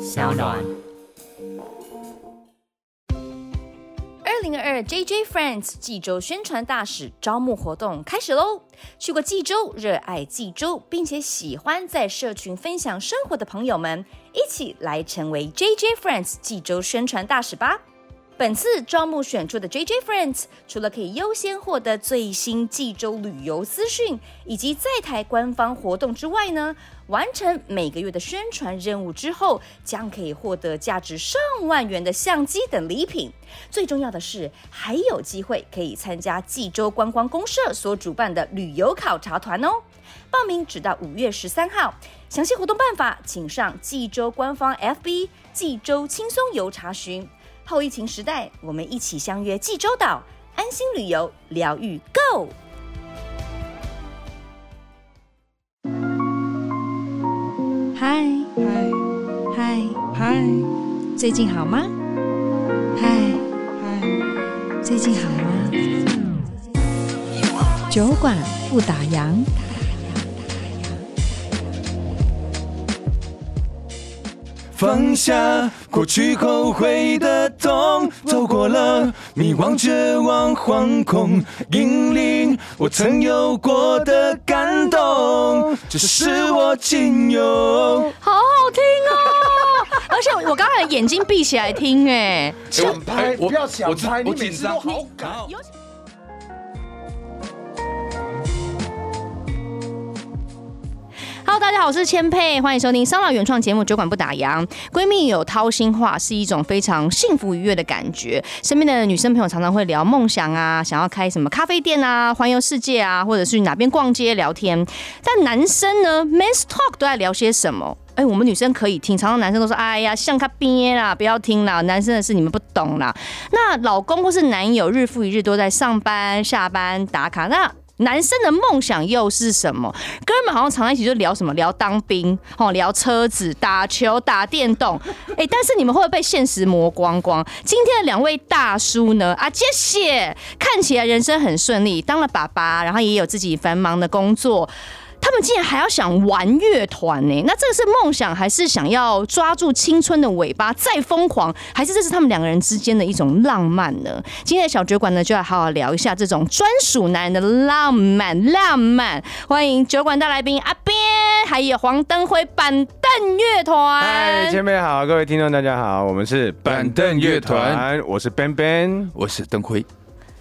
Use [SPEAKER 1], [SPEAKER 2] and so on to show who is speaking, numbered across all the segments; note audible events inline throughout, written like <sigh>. [SPEAKER 1] 小暖。
[SPEAKER 2] 二零二二 JJ Friends 济州宣传大使招募活动开始喽！去过济州、热爱济州，并且喜欢在社群分享生活的朋友们，一起来成为 JJ Friends 济州宣传大使吧！本次招募选出的 JJ Friends，除了可以优先获得最新济州旅游资讯以及在台官方活动之外呢，完成每个月的宣传任务之后，将可以获得价值上万元的相机等礼品。最重要的是，还有机会可以参加济州观光公社所主办的旅游考察团哦。报名只到五月十三号，详细活动办法请上济州官方 FB 济州轻松游查询。后疫情时代，我们一起相约济州岛，安心旅游，疗愈 Go。
[SPEAKER 3] 嗨
[SPEAKER 4] 嗨
[SPEAKER 3] 嗨，
[SPEAKER 4] 嗨
[SPEAKER 3] 最近好吗？嗨，
[SPEAKER 4] 嗨，
[SPEAKER 3] 最近好吗？酒馆不打烊。
[SPEAKER 5] 放下过去后悔的痛，走过了迷惘、绝望、惶恐，引领我曾有过的感动，这是我仅有。
[SPEAKER 6] 好好听哦！ <laughs> 而且我刚才眼睛闭起来听，哎，
[SPEAKER 4] 抢拍
[SPEAKER 5] 哎我
[SPEAKER 4] 不要抢
[SPEAKER 5] 我知
[SPEAKER 4] 拍，你
[SPEAKER 5] 我
[SPEAKER 4] 每
[SPEAKER 5] 紧
[SPEAKER 4] 次都
[SPEAKER 5] 张，
[SPEAKER 4] 好赶。
[SPEAKER 6] Hello，大家好，我是千佩，欢迎收听桑老原创节目《酒馆不打烊》。闺蜜有掏心话是一种非常幸福愉悦的感觉。身边的女生朋友常常会聊梦想啊，想要开什么咖啡店啊，环游世界啊，或者是哪边逛街聊天。但男生呢，Men's Talk 都在聊些什么？哎，我们女生可以听，常常男生都说：“哎呀，像他憋啦，不要听啦，男生的事你们不懂啦。”那老公或是男友日复一日都在上班、下班打卡，那男生的梦想又是什么？哥们好像常在一起就聊什么，聊当兵，哦，聊车子、打球、打电动。 <laughs> 哎、但是你们会不会被现实磨光光？今天的两位大叔呢？啊，谢谢，看起来人生很顺利，当了爸爸，然后也有自己繁忙的工作。他们竟然还要想玩乐团呢？那这个是梦想，还是想要抓住青春的尾巴再疯狂，还是这是他们两个人之间的一种浪漫呢？今天的小酒馆呢，就来好好聊一下这种专属男人的浪漫浪漫。欢迎酒馆大来宾阿边，还有黄灯辉板凳乐团。
[SPEAKER 7] 嗨，前辈好，各位听众大家好，我们是
[SPEAKER 5] 板凳乐团，
[SPEAKER 7] 我是 Ben Ben，
[SPEAKER 5] 我是邓辉，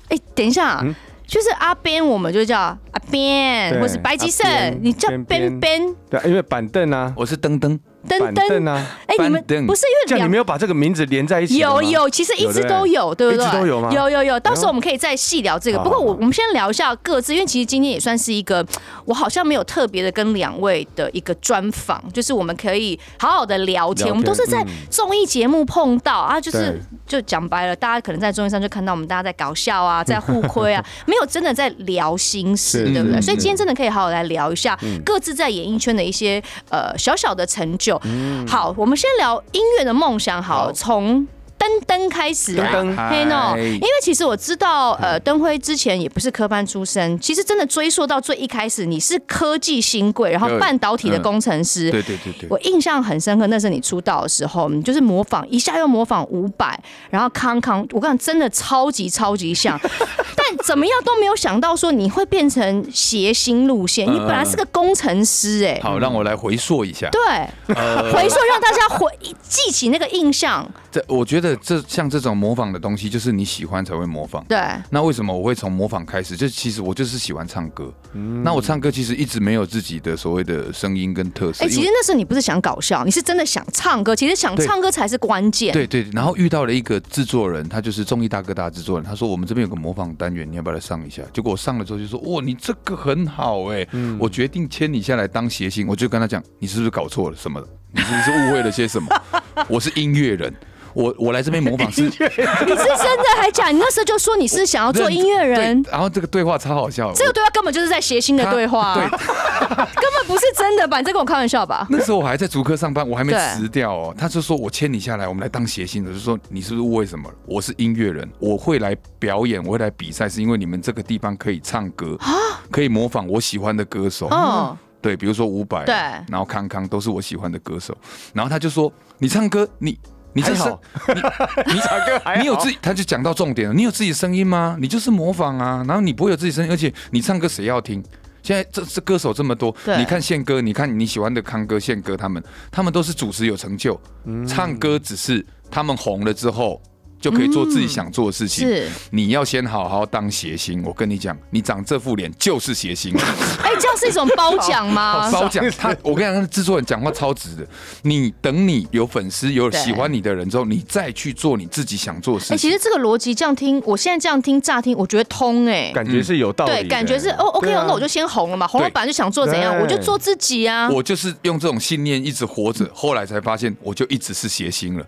[SPEAKER 6] 哎、等一下，就是阿边，我们就叫阿边，
[SPEAKER 7] 嗯对
[SPEAKER 6] 或是白吉胜
[SPEAKER 7] 阿边，
[SPEAKER 6] 你叫
[SPEAKER 7] 边
[SPEAKER 6] 边
[SPEAKER 7] 边
[SPEAKER 6] 边
[SPEAKER 7] 对，因为板凳啊，
[SPEAKER 5] 我是登登，
[SPEAKER 6] 登
[SPEAKER 7] 板
[SPEAKER 6] 登
[SPEAKER 7] 凳。啊，
[SPEAKER 6] 哎、你们
[SPEAKER 5] 板凳
[SPEAKER 6] 不是
[SPEAKER 7] 这
[SPEAKER 6] 因为
[SPEAKER 7] 样
[SPEAKER 6] 两
[SPEAKER 7] 你没有把这个名字连在一起，
[SPEAKER 6] 有，有，其实一直都有，对不对？
[SPEAKER 7] 一直都有吗
[SPEAKER 6] 有有有，到时候我们可以再细聊这个。
[SPEAKER 7] 好
[SPEAKER 6] 不过我
[SPEAKER 7] 好
[SPEAKER 6] 我们先聊一下各自，因为其实今天也算是一个，我好像没有特别的跟两位的一个专访，就是我们可以好好的聊天。
[SPEAKER 7] 聊嗯
[SPEAKER 6] 我们都是在综艺节目碰到、啊，就是
[SPEAKER 7] 对
[SPEAKER 6] 就讲白了，大家可能在综艺上就看到我们大家在搞笑啊，在
[SPEAKER 7] <laughs>
[SPEAKER 6] 互亏啊，没有真的在聊心事，
[SPEAKER 7] 是
[SPEAKER 6] 对不对？
[SPEAKER 7] 嗯
[SPEAKER 6] 所以今天
[SPEAKER 7] 嗯
[SPEAKER 6] 真的可以好好来聊一下各自在演艺圈的一些呃小小的成就。好，我们先聊音乐的梦想好了，
[SPEAKER 5] 好
[SPEAKER 6] 从。登登开始啊，
[SPEAKER 7] 登
[SPEAKER 5] 登
[SPEAKER 6] 嘿 no，
[SPEAKER 5] 嗨
[SPEAKER 6] 因为其实我知道，呃，登辉之前也不是科班出身，其实真的追溯到最一开始，你是科技新贵，然后
[SPEAKER 5] 对
[SPEAKER 6] 半导体的工程师，
[SPEAKER 8] 嗯
[SPEAKER 5] 对对对对，
[SPEAKER 6] 我印象很深刻，那是你出道的时候，你就是模仿一下又模仿伍佰，然后康康，我跟你讲，真的超级超级
[SPEAKER 8] <laughs>
[SPEAKER 6] 像，但怎么样都没有想到说你会变成谐星路线，你本来
[SPEAKER 8] 嗯
[SPEAKER 6] 是个工程师哎、
[SPEAKER 5] 好，让我来回溯一下。
[SPEAKER 6] 对，
[SPEAKER 8] 呃
[SPEAKER 6] 回溯让大家回记起那个印象，
[SPEAKER 8] 这我觉得这像这种模仿的东西，就是你喜欢才会模仿。
[SPEAKER 6] 对，
[SPEAKER 8] 那为什么我会从模仿开始？就其实我就是喜欢唱歌。那我唱歌其实一直没有自己的所谓的声音跟特色。
[SPEAKER 6] 哎、其
[SPEAKER 8] 因
[SPEAKER 6] 实
[SPEAKER 8] 为
[SPEAKER 6] 那时候你不是想搞笑，你是真的想唱歌，其实想
[SPEAKER 8] 对
[SPEAKER 6] 唱歌才是关键，
[SPEAKER 8] 对对，然后遇到了一个制作人，他就是综艺大哥大制作人，他说我们这边有个模仿单元，你要不要来上一下？结果我上了之后就说，哇，你这个很好哎、
[SPEAKER 6] 嗯
[SPEAKER 8] 我决定签你下来当谐星。我就跟他讲，你是不是搞错了什么的？你是不是误会了
[SPEAKER 6] <laughs>
[SPEAKER 8] 些什么？我是音乐人，我我来这边模仿是
[SPEAKER 6] 你是真的还假？你那时候就说你是想要做音乐人
[SPEAKER 8] <laughs> 对。然后这个对话超好笑，
[SPEAKER 6] 这个对话根本就是在谐星的
[SPEAKER 8] 他
[SPEAKER 6] 对话、啊
[SPEAKER 8] 对，
[SPEAKER 6] 根本不是真的吧？你在跟我开玩笑吧？
[SPEAKER 8] <laughs> 那时候我还在竹科上班，我还没
[SPEAKER 6] 对
[SPEAKER 8] 辞掉哦。他就说我签你下来，我们来当谐星的。就说你是不是误会什么了？我是音乐人，我会来表演，我会来比赛，是因为你们这个地方可以唱歌，可以模仿我喜欢的歌手。
[SPEAKER 6] 嗯，
[SPEAKER 8] 对，比如说伍佰，
[SPEAKER 6] 对
[SPEAKER 8] 然后康康都是我喜欢的歌手，然后他就说你唱歌，你你这
[SPEAKER 7] 还
[SPEAKER 8] 声
[SPEAKER 7] 好，你唱歌 <laughs> 还好
[SPEAKER 8] 你有自己，他就讲到重点了。你有自己声音吗？你就是模仿啊，然后你不会有自己声音，而且你唱歌谁要听？现在这这歌手这么多
[SPEAKER 6] 对，
[SPEAKER 8] 你看宪哥，你看你喜欢的康哥、宪哥他们，他们都是主持有成就，
[SPEAKER 6] 嗯
[SPEAKER 8] 唱歌只是他们红了之后就可以做自己想做的事
[SPEAKER 6] 嗯
[SPEAKER 8] 情。
[SPEAKER 6] 是，
[SPEAKER 8] 你要先好好当谐星，我跟你讲，你长这副脸就是
[SPEAKER 6] <laughs>
[SPEAKER 8] 谐星。
[SPEAKER 6] 哎，这样是一种褒奖吗？
[SPEAKER 8] <laughs> 包奖，他我跟你讲，制作人讲话超直的。你等你有粉丝、有
[SPEAKER 6] 对
[SPEAKER 8] 喜欢你的人之后，你再去做你自己想做的事
[SPEAKER 6] 哎，
[SPEAKER 8] 情。
[SPEAKER 6] 其实这个逻辑这样听，我现在这样听乍听，我觉得通哎。
[SPEAKER 7] 感觉是有道理的，
[SPEAKER 6] 对，感觉是哦，OK，
[SPEAKER 7] 对啊
[SPEAKER 6] 那我就先红了嘛，红了
[SPEAKER 8] 对
[SPEAKER 6] 本来就想做怎样，
[SPEAKER 7] 对
[SPEAKER 6] 我就做自己啊。
[SPEAKER 8] 我就是用这种信念一直活着，后来才发现我就一直是谐星了。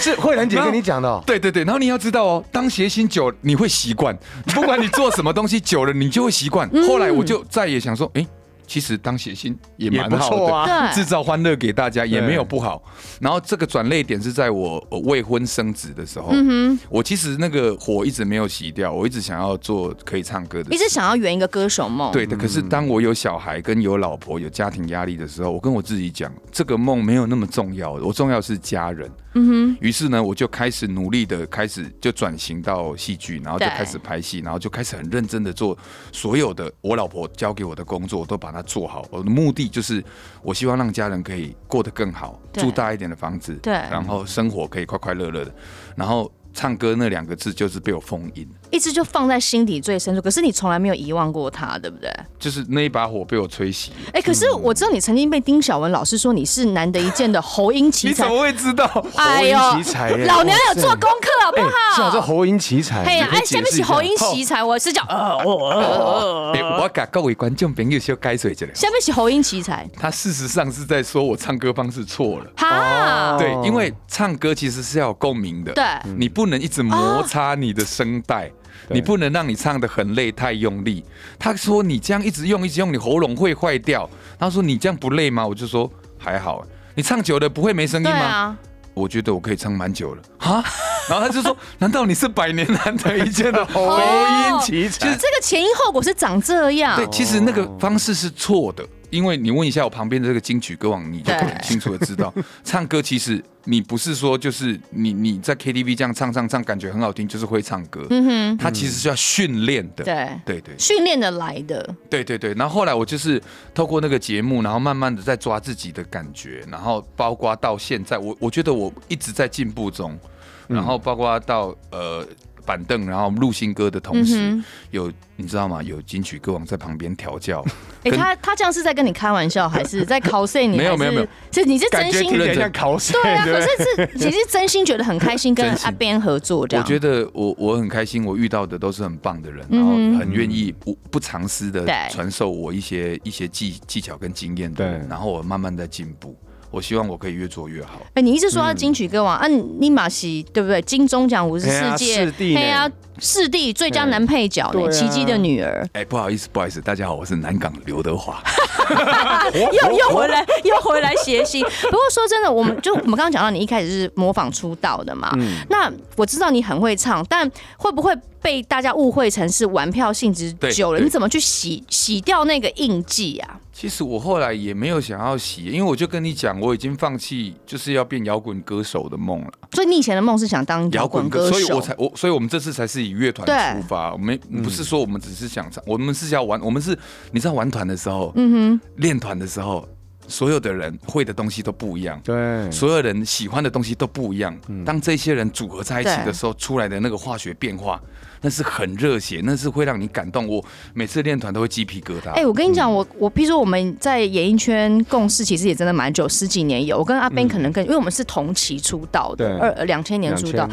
[SPEAKER 7] 是慧兰姐跟你讲的哦，
[SPEAKER 8] 对对对，然后你要知道哦，当谐星久了你会习惯，不管你做什么东西久了，你就会习惯。
[SPEAKER 6] 嗯
[SPEAKER 8] 后来我就再也想说，哎。其实当谐星也蛮
[SPEAKER 7] 也不
[SPEAKER 8] 好
[SPEAKER 7] 错
[SPEAKER 8] 的，
[SPEAKER 7] 啊
[SPEAKER 6] 对
[SPEAKER 8] 制造欢乐给大家也没有不好。然后这个转泪点是在我呃未婚生子的时候，
[SPEAKER 6] 嗯
[SPEAKER 8] 我其实那个火一直没有熄掉，我一直想要做可以唱歌的事，
[SPEAKER 6] 一直想要圆一个歌手梦。
[SPEAKER 8] 对的，可是当我有小孩、跟有老婆、有家庭压力的时候，我跟我自己讲，这个梦没有那么重要，我重要的是家人。嗯哼。于是呢，我就开始努力的，开始就转型到戏剧，然后就
[SPEAKER 6] 对
[SPEAKER 8] 开始拍戏，然后就开始很认真的做所有的我老婆交给我的工作，我都把它做好。我的目的就是，我希望让家人可以过得更好，
[SPEAKER 6] 对
[SPEAKER 8] 住大一点的房子，
[SPEAKER 6] 对
[SPEAKER 8] 然后生活可以快快乐乐的，然后。唱歌那两个字就是被我封印，
[SPEAKER 6] 一直就放在心底最深处，可是你从来没有遗忘过他，对不对？哎、
[SPEAKER 8] 就是那一把火被我吹熄。
[SPEAKER 6] 可是我知道你曾经被丁晓文老师说你是难得一见的喉音奇才，
[SPEAKER 8] 会知道？
[SPEAKER 6] 哎呦
[SPEAKER 7] 喉音奇才耶
[SPEAKER 6] 老娘有做功课好不
[SPEAKER 7] 哎，是啊，这
[SPEAKER 6] 好？
[SPEAKER 7] 喉音奇才，
[SPEAKER 6] 嘿呀，
[SPEAKER 7] 你可以
[SPEAKER 6] 哎，下
[SPEAKER 7] 解
[SPEAKER 6] 面
[SPEAKER 7] 释
[SPEAKER 6] 是
[SPEAKER 7] 一下
[SPEAKER 6] 喉音奇才，我是叫呃，
[SPEAKER 8] 欸我给各位观众朋友小解释一下，
[SPEAKER 6] 下面是喉音奇才，
[SPEAKER 8] 他事实上是在说我唱歌方式错了。
[SPEAKER 6] 哈，
[SPEAKER 8] 对，因为唱歌其实是要有共鸣的，
[SPEAKER 6] 对哦
[SPEAKER 8] 你不能一直摩擦你的声带，你不能让你唱的很累太用力。他说你这样一直用一直用，你喉咙会坏掉。他说你这样不累吗？我就说还好，你唱久了不会没声音
[SPEAKER 6] 对
[SPEAKER 8] 吗？
[SPEAKER 6] 啊，
[SPEAKER 8] 我觉得我可以唱蛮久了啊。然后他就说， <laughs> 难道你是百年难得一见的喉
[SPEAKER 7] 喉音奇
[SPEAKER 6] 就是
[SPEAKER 7] 才，
[SPEAKER 6] 这个前因后果是长这样，
[SPEAKER 8] 对，其实那个方式是错的，因为你问一下我旁边的这个金曲歌王，你就
[SPEAKER 6] 对
[SPEAKER 8] 很清楚的知道， <laughs> 唱歌其实你不是说就是你你在 KTV 这样唱唱唱，感觉很好听，就是会唱歌。嗯哼，它其实是要训练的。
[SPEAKER 6] 对
[SPEAKER 8] 对对
[SPEAKER 6] 训练的来的，
[SPEAKER 8] 对对对，然后后来我就是透过那个节目，然后慢慢的在抓自己的感觉，然后包括到现在，我我觉得我一直在进步中，然后包括到呃板凳，然后录新歌的同时，
[SPEAKER 6] 嗯
[SPEAKER 8] 有你知道吗？有金曲歌王在旁边调教，
[SPEAKER 6] 哎、
[SPEAKER 8] 跟
[SPEAKER 6] 他他这样是在跟你开玩笑，还
[SPEAKER 8] <laughs>
[SPEAKER 6] 是在 cos 你？
[SPEAKER 8] 没有
[SPEAKER 6] 还是
[SPEAKER 8] 没有没有，
[SPEAKER 6] 是你是
[SPEAKER 7] 感
[SPEAKER 6] 真
[SPEAKER 7] 觉
[SPEAKER 6] 心
[SPEAKER 7] 听起来
[SPEAKER 8] 认真
[SPEAKER 7] 像考试，
[SPEAKER 8] <laughs>
[SPEAKER 6] 对啊，
[SPEAKER 7] 不
[SPEAKER 6] 可是是你是真心觉得很开心跟
[SPEAKER 8] 真心
[SPEAKER 6] 阿 Ben 合作这
[SPEAKER 8] 我
[SPEAKER 6] 样。嗯
[SPEAKER 8] 觉得我我很开心，我遇到的都是很棒的人，然后很愿意不不藏私的
[SPEAKER 6] 对
[SPEAKER 8] 传授我一些一些技技巧跟经验的人，
[SPEAKER 7] 对
[SPEAKER 8] 然后我慢慢在进步，我希望我可以越做越好。
[SPEAKER 6] 哎、你一直
[SPEAKER 8] 嗯
[SPEAKER 6] 说到金曲歌王，啊，你马西对不对？金钟奖五十
[SPEAKER 7] 哎
[SPEAKER 6] 四
[SPEAKER 7] 呀
[SPEAKER 6] 届，
[SPEAKER 7] 视帝呢
[SPEAKER 6] 啊，视帝最佳男配角呢，
[SPEAKER 7] 对啊
[SPEAKER 6] 奇迹的女儿》
[SPEAKER 8] 哎、不好意思，不好意思，大家好，我是南港刘德华。 <laughs>
[SPEAKER 6] <laughs> 又又回来又回来谐星。不过说真的，我们就我们刚刚讲到你一开始是模仿出道的嘛，
[SPEAKER 8] 嗯
[SPEAKER 6] 那我知道你很会唱，但会不会被大家误会成是玩票性质
[SPEAKER 8] 对
[SPEAKER 6] 久了，
[SPEAKER 8] 对
[SPEAKER 6] 你怎么去洗洗掉那个印记啊？
[SPEAKER 8] 其实我后来也没有想要洗，因为我就跟你讲，我已经放弃就是要变摇滚歌手的梦了。
[SPEAKER 6] 所以你以前的梦是想当摇滚歌手，
[SPEAKER 8] 所以我才我，所以我们这次才是以乐团
[SPEAKER 6] 对
[SPEAKER 8] 出发，我们不是说我们只是想唱，我们是要玩，我们是你知道玩团的时候，嗯哼，练团的时候，所有的人会的东西都不一样。
[SPEAKER 7] 对，
[SPEAKER 8] 所有人喜欢的东西都不一样。
[SPEAKER 6] 嗯
[SPEAKER 8] 当这些人组合在一起的时候，出来的那个化学变化，那是很热血，那是会让你感动。我每次练团都会鸡皮疙瘩。
[SPEAKER 6] 哎、我跟你讲，我我譬如说我们在演艺圈共事，其实也真的蛮久，十几年有。我跟阿 Ben 可能更，因为我们是同期出道的，
[SPEAKER 7] 对
[SPEAKER 6] 二两千嗯年出道
[SPEAKER 7] 2000，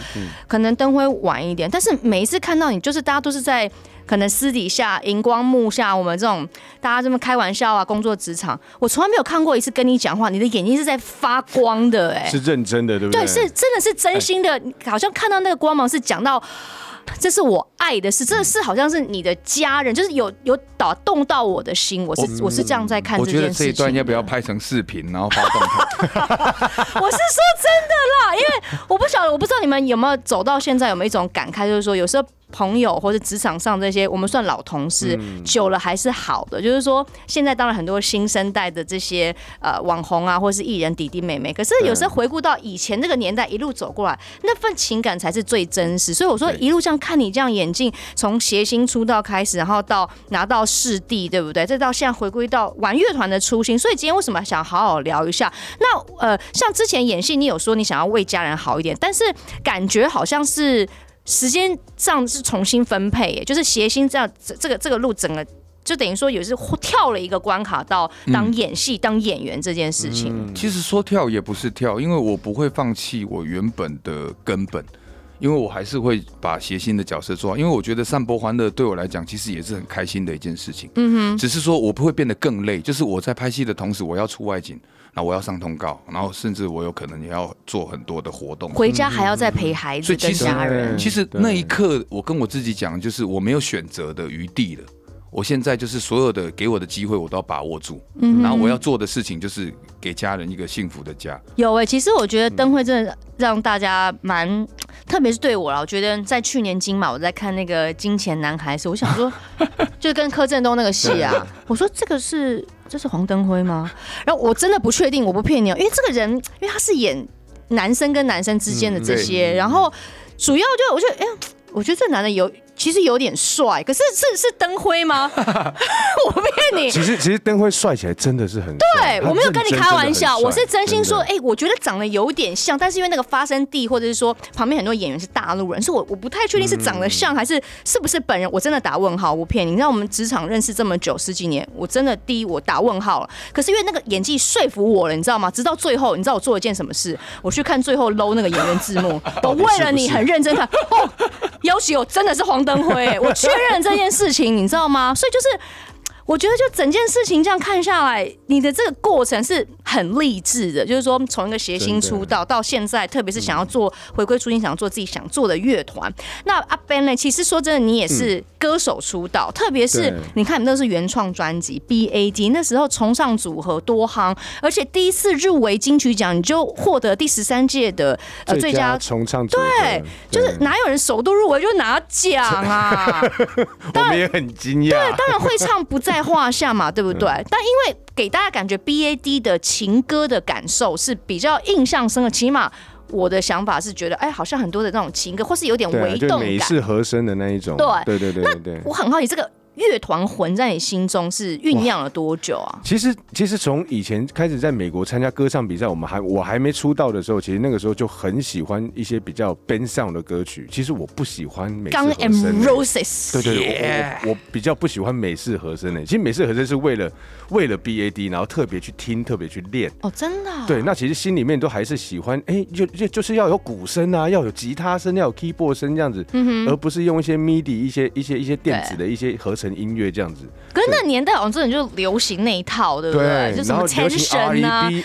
[SPEAKER 6] 可能灯辉晚一点。但是每一次看到你，就是大家都是在可能私底下、荧光幕下，我们这种大家这么开玩笑啊，工作职场，我从来没有看过一次跟你讲话，你的眼睛是在发光的、哎，
[SPEAKER 7] 是认真的，对不
[SPEAKER 8] 哎
[SPEAKER 6] 对，是真的是真心的，好像看到那个光芒是讲到这是我爱的事，这是好像是你的家人，就是有有打动到我的心，我是哎我是这样在看
[SPEAKER 8] 嗯我
[SPEAKER 6] 这
[SPEAKER 8] 觉
[SPEAKER 6] 件
[SPEAKER 8] 得
[SPEAKER 6] 事情。
[SPEAKER 8] 这一段要不要？拍成视频，然后发动态？
[SPEAKER 6] 我是说真的啦，因为我不晓得，我不知道你们有没有走到现在有没有一种感慨，就是说有时候。朋友或者职场上这些，我们算老同事，久了还是好的。就是说，现在当然很多新生代的这些呃网红啊，或是艺人弟弟妹妹，可是有时候回顾到以前那个年代一路走过来，那份情感才是最真实。所以我说，
[SPEAKER 8] 对
[SPEAKER 6] 一路这样看你这样演进，从谐星出道开始，然后到拿到视帝，对不对？再到现在回归到玩乐团的初心。所以今天为什么想好好聊一下？那呃，像之前演戏，你有说你想要为家人好一点，但是感觉好像是时间上是重新分配耶，就是谐星这样这这个这个路整个。就等于说，也是跳了一个关卡，到当
[SPEAKER 8] 嗯
[SPEAKER 6] 演戏、当演员这件事情。
[SPEAKER 8] 其实说跳也不是跳，因为我不会放弃我原本的根本，因为我还是会把谐星的角色做好。因为我觉得散播欢乐对我来讲，其实也是很开心的一件事情。嗯哼，只是说我不会变得更累，就是我在拍戏的同时，我要出外景，然后我要上通告，然后甚至我有可能也要做很多的活动。
[SPEAKER 6] 回家还要再陪孩
[SPEAKER 8] 所
[SPEAKER 6] 子
[SPEAKER 8] 以其
[SPEAKER 6] 跟
[SPEAKER 8] 实
[SPEAKER 6] 家人，
[SPEAKER 8] 其实那一刻，我跟我自己讲，就是我没有选择的余地了。我现在就是所有的给我的机会，我都要把握住。
[SPEAKER 6] 嗯
[SPEAKER 8] 然后我要做的事情就是给家人一个幸福的家。
[SPEAKER 6] 有哎、其实我觉得灯会真的让大家蛮，特别是对我啦，我觉得在去年金马我在看那个《金钱男孩》时，我想说，就是跟柯震东那个戏啊，我说这个是这是黄灯辉吗？然后我真的不确定，我不骗你哦，因为这个人，因为他是演男生跟男生之间的这些，然后主要就我觉得，哎、我觉得这男的有其实有点帅，可是是是灯辉吗？ <laughs> 我不骗你，
[SPEAKER 7] 其实其实灯会帅起来真的是很帅，
[SPEAKER 6] 对，我没有跟你开玩笑，我是真心说，
[SPEAKER 7] 哎，
[SPEAKER 6] 哎、我觉得长得有点像，但是因为那个发生地或者是说旁边很多演员是大陆人，所以我我不太确定是长得像、还是是不是本人，我真的打问号，我不骗你。你知道我们职场认识这么久十几年，我真的第一我打问号了，可是因为那个演技说服我了，你知道吗？直到最后，你知道我做了一件什么事？我去看最后搂那个演员字幕，我为了你很认真看，哦，尤其我真的是黄灯辉、 <laughs> 哎我确认这件事情，你知道吗？所以就是。我觉得就整件事情这样看下来，你的这个过程是很励志的，就是说从一个谐星出道到现在，特别是想要做回归初心，想要做自己想做的乐团。那阿 Ben 呢？其实说真的，你也是歌手出道，特别是
[SPEAKER 7] 对
[SPEAKER 6] 你看你那是原创专辑 BAD，那时候崇尚组合多夯，而且第一次入围金曲奖，你就获得第十三届的呃最
[SPEAKER 7] 最
[SPEAKER 6] 佳
[SPEAKER 7] 佳。重唱组合
[SPEAKER 6] 对，就是哪有人首度入围就拿奖
[SPEAKER 7] <laughs>
[SPEAKER 6] 啊？
[SPEAKER 7] 我们也很惊讶，
[SPEAKER 6] 当然会唱不在话下嘛，对不对？
[SPEAKER 7] 嗯
[SPEAKER 6] 但因为给大家感觉 B A D 的情歌的感受是比较印象深刻，起码我的想法是觉得，哎，好像很多的那种情歌，或是有点
[SPEAKER 7] 对啊，
[SPEAKER 6] 微
[SPEAKER 7] 就
[SPEAKER 6] 动
[SPEAKER 7] 美
[SPEAKER 6] 感。
[SPEAKER 7] 式和声的那一种，
[SPEAKER 6] 对
[SPEAKER 7] 对对对对
[SPEAKER 6] 我很好奇，这个乐团魂在你心中是酝酿了多久啊？
[SPEAKER 7] 其实，其实从以前开始在美国参加歌唱比赛，我们还我还没出道的时候，其实那个时候就很喜欢一些比较 band sound 的歌曲。其实我不喜欢美式
[SPEAKER 6] 刚
[SPEAKER 7] 和
[SPEAKER 6] and
[SPEAKER 7] 声的。
[SPEAKER 6] Roses，
[SPEAKER 7] 对对哦对，我我我比较不喜欢美式和声的。其实美式和声是为了为了 BAD，然后特别去听，特别去练。
[SPEAKER 6] 哦，真的、啊，
[SPEAKER 7] 对，那其实心里面都还是喜欢，哎、就就就是要有鼓声啊，要有吉他声，要有 keyboard 声这样子，
[SPEAKER 6] 嗯
[SPEAKER 7] 而不是用一些 MIDI 一些一些一些电子的一些合成音乐这样子。
[SPEAKER 6] 可是那年代好像真的就流行那一套，对不对？呃就什
[SPEAKER 7] 然
[SPEAKER 6] 么
[SPEAKER 7] 后流行
[SPEAKER 6] Tension 啊，
[SPEAKER 7] R&B、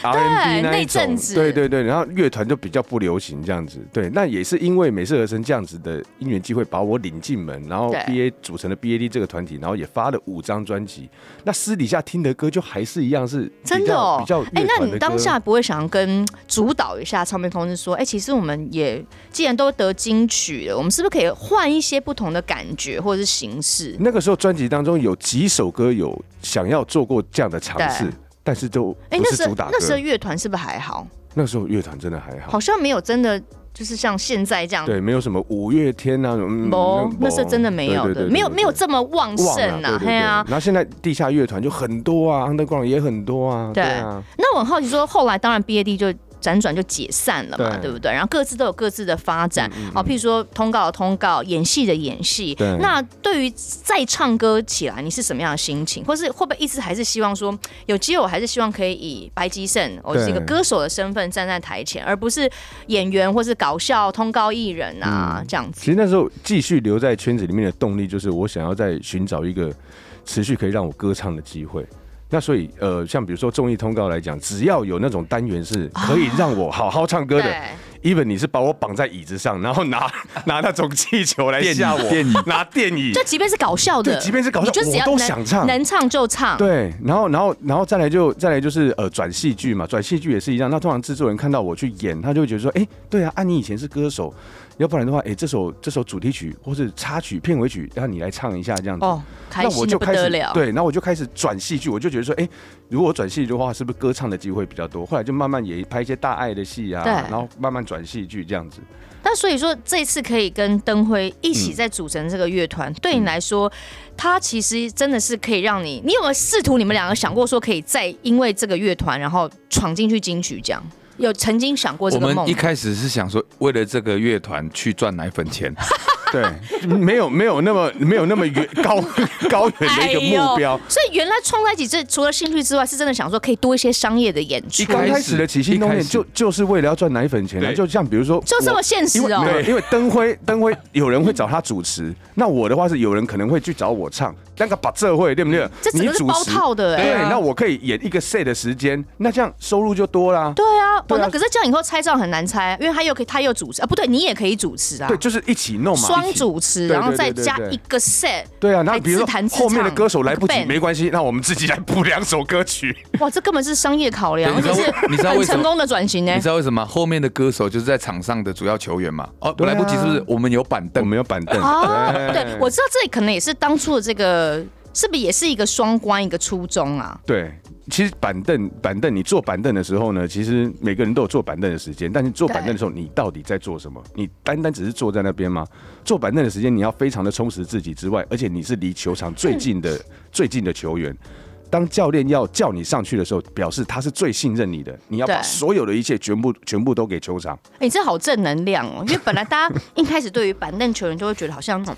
[SPEAKER 6] 对，
[SPEAKER 7] R&B 那一
[SPEAKER 6] 那
[SPEAKER 7] 种
[SPEAKER 6] 阵子，
[SPEAKER 7] 对对对，然后乐团就比较不流行这样子，对，那也是因为美式合声这样子的因缘机会把我领进门，然后
[SPEAKER 6] 对
[SPEAKER 7] B A 组成的 B A D 这个团体，然后也发了五张专辑，那私底下听的歌就还是一样是比较
[SPEAKER 6] 真的哦，
[SPEAKER 7] 比较乐团的哎
[SPEAKER 6] 那你
[SPEAKER 7] 歌
[SPEAKER 6] 当下不会想跟主导一下唱片公司说，哎、其实我们也既然都得金曲了，我们是不是可以换一些不同的感觉或者是形式？
[SPEAKER 7] 那个时候专辑当中有几首歌有想要做过这样的尝试
[SPEAKER 6] 对，
[SPEAKER 7] 但是都
[SPEAKER 6] 哎、
[SPEAKER 7] 不
[SPEAKER 6] 那
[SPEAKER 7] 是
[SPEAKER 6] 时
[SPEAKER 7] 主
[SPEAKER 6] 候
[SPEAKER 7] 打歌
[SPEAKER 6] 那时候。乐团是不是还好？
[SPEAKER 7] 那时候乐团真的还好
[SPEAKER 6] 好，像没有真的就是像现在这样。
[SPEAKER 7] 对，没有什么五月天啊，嗯
[SPEAKER 6] 没，那时候真的没有
[SPEAKER 7] 对
[SPEAKER 6] 的，
[SPEAKER 7] 对对
[SPEAKER 6] 没有
[SPEAKER 7] 对
[SPEAKER 6] 没有
[SPEAKER 7] 对
[SPEAKER 6] 这么旺
[SPEAKER 7] 旺
[SPEAKER 6] 盛
[SPEAKER 7] 啊，对对对
[SPEAKER 6] 嘿啊。
[SPEAKER 7] 然后现在地下乐团就很多啊，underground 也很多啊，
[SPEAKER 6] 对
[SPEAKER 7] 啊，
[SPEAKER 6] 那我很好奇说，后来当然 BAD 就。辗转就解散了嘛，对
[SPEAKER 7] 对嗯
[SPEAKER 6] 不对？然后各自都有各自的发展，哦，譬如说通告的通告，演戏的演戏。
[SPEAKER 7] 对
[SPEAKER 6] 那对于再唱歌起来，你是什么样的心情？或是会不会一直还是希望说，有机会我还是希望可以以白吉胜，我、
[SPEAKER 7] 对
[SPEAKER 6] 是一个歌手的身份站在台前，而不是演员或是搞笑通告艺人啊、这样
[SPEAKER 7] 嗯其
[SPEAKER 6] 子。
[SPEAKER 7] 实那时候继续留在圈子里面的动力，就是我想要再寻找一个持续可以让我歌唱的机会。那所以，呃，像比如说综艺通告来讲，只要有那种单元是可以让我好好唱歌的，
[SPEAKER 6] 啊对，
[SPEAKER 7] even 你是把我绑在椅子上，然后 <laughs> 拿拿那种气球来
[SPEAKER 8] 电椅
[SPEAKER 7] 吓我，
[SPEAKER 8] 电椅
[SPEAKER 7] 拿电椅
[SPEAKER 6] 就，即便是搞笑的，
[SPEAKER 7] 对即便是搞笑
[SPEAKER 6] 你就只要
[SPEAKER 7] 我都
[SPEAKER 6] 能
[SPEAKER 7] 想唱
[SPEAKER 6] 能唱就唱。
[SPEAKER 7] <laughs> 对，然后，然后，然后再来就再来就是呃转戏剧嘛，转戏剧也是一样。那通常制作人看到我去演，他就会觉得说，哎，对啊，啊你以前是歌手，要不然的话，哎这首这首主题曲或是插曲、片尾曲，让你来唱一下这样子。
[SPEAKER 6] 哦，开
[SPEAKER 7] 那我
[SPEAKER 6] 心的
[SPEAKER 7] 就
[SPEAKER 6] 不
[SPEAKER 7] 开
[SPEAKER 6] 得
[SPEAKER 7] 始
[SPEAKER 6] 了。
[SPEAKER 7] 对，那我就开始转戏剧，我就觉得说，哎、如果转戏剧的话，是不是歌唱的机会比较多？后来就慢慢也拍一些大爱的戏啊，
[SPEAKER 6] 对
[SPEAKER 7] 然后慢慢转戏剧这样子。
[SPEAKER 6] 那所以说，这次可以跟灯辉一
[SPEAKER 7] 嗯
[SPEAKER 6] 起在组成这个乐团，对你来说，它其实真的是可以让你，你有没有试图你们两个想过说，可以再因为这个乐团，然后闯进去金曲奖？有曾经想过这
[SPEAKER 8] 我
[SPEAKER 6] 个
[SPEAKER 8] 们
[SPEAKER 6] 梦
[SPEAKER 8] 一
[SPEAKER 6] 吗？
[SPEAKER 8] 开始是想说，为了这个乐团去赚奶
[SPEAKER 6] <laughs>
[SPEAKER 8] 粉钱，
[SPEAKER 7] 对，没有没有那么 <laughs> 没有那么远高高远的一个目标。
[SPEAKER 6] 哎所以原来创在一起，这除了兴趣之外，是真的想说可以多一些商业的演出
[SPEAKER 8] 一，
[SPEAKER 7] 刚开始的起心动
[SPEAKER 8] 一
[SPEAKER 7] 念
[SPEAKER 8] 开始
[SPEAKER 7] 就就是为了要赚奶粉钱啊，
[SPEAKER 8] 对
[SPEAKER 7] 就像比如说我，
[SPEAKER 6] 就这么现实
[SPEAKER 7] 因为
[SPEAKER 6] 哦、
[SPEAKER 7] 没有因为灯辉灯辉有人会找他主持，那我的话是有人可能会去找我唱，那个把这会对不对？
[SPEAKER 6] 嗯这整
[SPEAKER 7] 你
[SPEAKER 6] 个是
[SPEAKER 7] 主
[SPEAKER 6] 包
[SPEAKER 7] 持。
[SPEAKER 6] 套的、哎
[SPEAKER 7] 对，那我可以演一个 set 的时间，那这样收入就多啦。
[SPEAKER 6] 对啊，
[SPEAKER 7] 对
[SPEAKER 6] 哦，
[SPEAKER 7] 啊
[SPEAKER 6] 那可是这样以后拆账很难拆，因为他又可以，他又主持啊，不对，你也可以主持啊，
[SPEAKER 7] 对，就是一起弄嘛，
[SPEAKER 6] 双
[SPEAKER 7] 一起
[SPEAKER 6] 主持，
[SPEAKER 7] 对
[SPEAKER 6] 然后
[SPEAKER 7] 对
[SPEAKER 6] 再
[SPEAKER 7] 对对
[SPEAKER 6] 加
[SPEAKER 7] 对
[SPEAKER 6] 一个 set，
[SPEAKER 7] 对啊，那
[SPEAKER 6] 还
[SPEAKER 7] 比如
[SPEAKER 6] 自
[SPEAKER 7] 说
[SPEAKER 6] 弹自唱
[SPEAKER 7] 后面的歌手来不及
[SPEAKER 6] Big Band
[SPEAKER 7] 没关系，那我们自己来补两首歌曲。
[SPEAKER 6] 哇，这根本是商业考量，而
[SPEAKER 8] 对
[SPEAKER 6] 且
[SPEAKER 8] 你
[SPEAKER 6] 是
[SPEAKER 8] 知道你知道
[SPEAKER 6] 很
[SPEAKER 8] 为什么
[SPEAKER 6] 成功的转型呢
[SPEAKER 8] 你。知道为什么？后面的歌手就是在场上的主要球员嘛。哦，
[SPEAKER 7] 对啊
[SPEAKER 8] 来不及是不是？我们有板
[SPEAKER 7] 我
[SPEAKER 8] 凳，
[SPEAKER 7] 们有板凳，
[SPEAKER 6] 哦，对，我知道这可能也是当初的这个，是不是也是一个双关一个初衷啊？
[SPEAKER 7] 对，其实板凳板凳，你坐板凳的时候呢，其实每个人都有坐板凳的时间，但是坐板凳的时候，你到底在做什么？你单单只是坐在那边吗？坐板凳的时间，你要非常的充实自己之外，而且你是离球场最近
[SPEAKER 6] 嗯
[SPEAKER 7] 的、最近的球员。当教练要叫你上去的时候，表示他是最信任你的，你要把
[SPEAKER 6] 对
[SPEAKER 7] 所有的一切全部全部都给球场。
[SPEAKER 6] 哎、这好正能量哦，因为本来大家一开始对于板凳球员就会觉得好像那种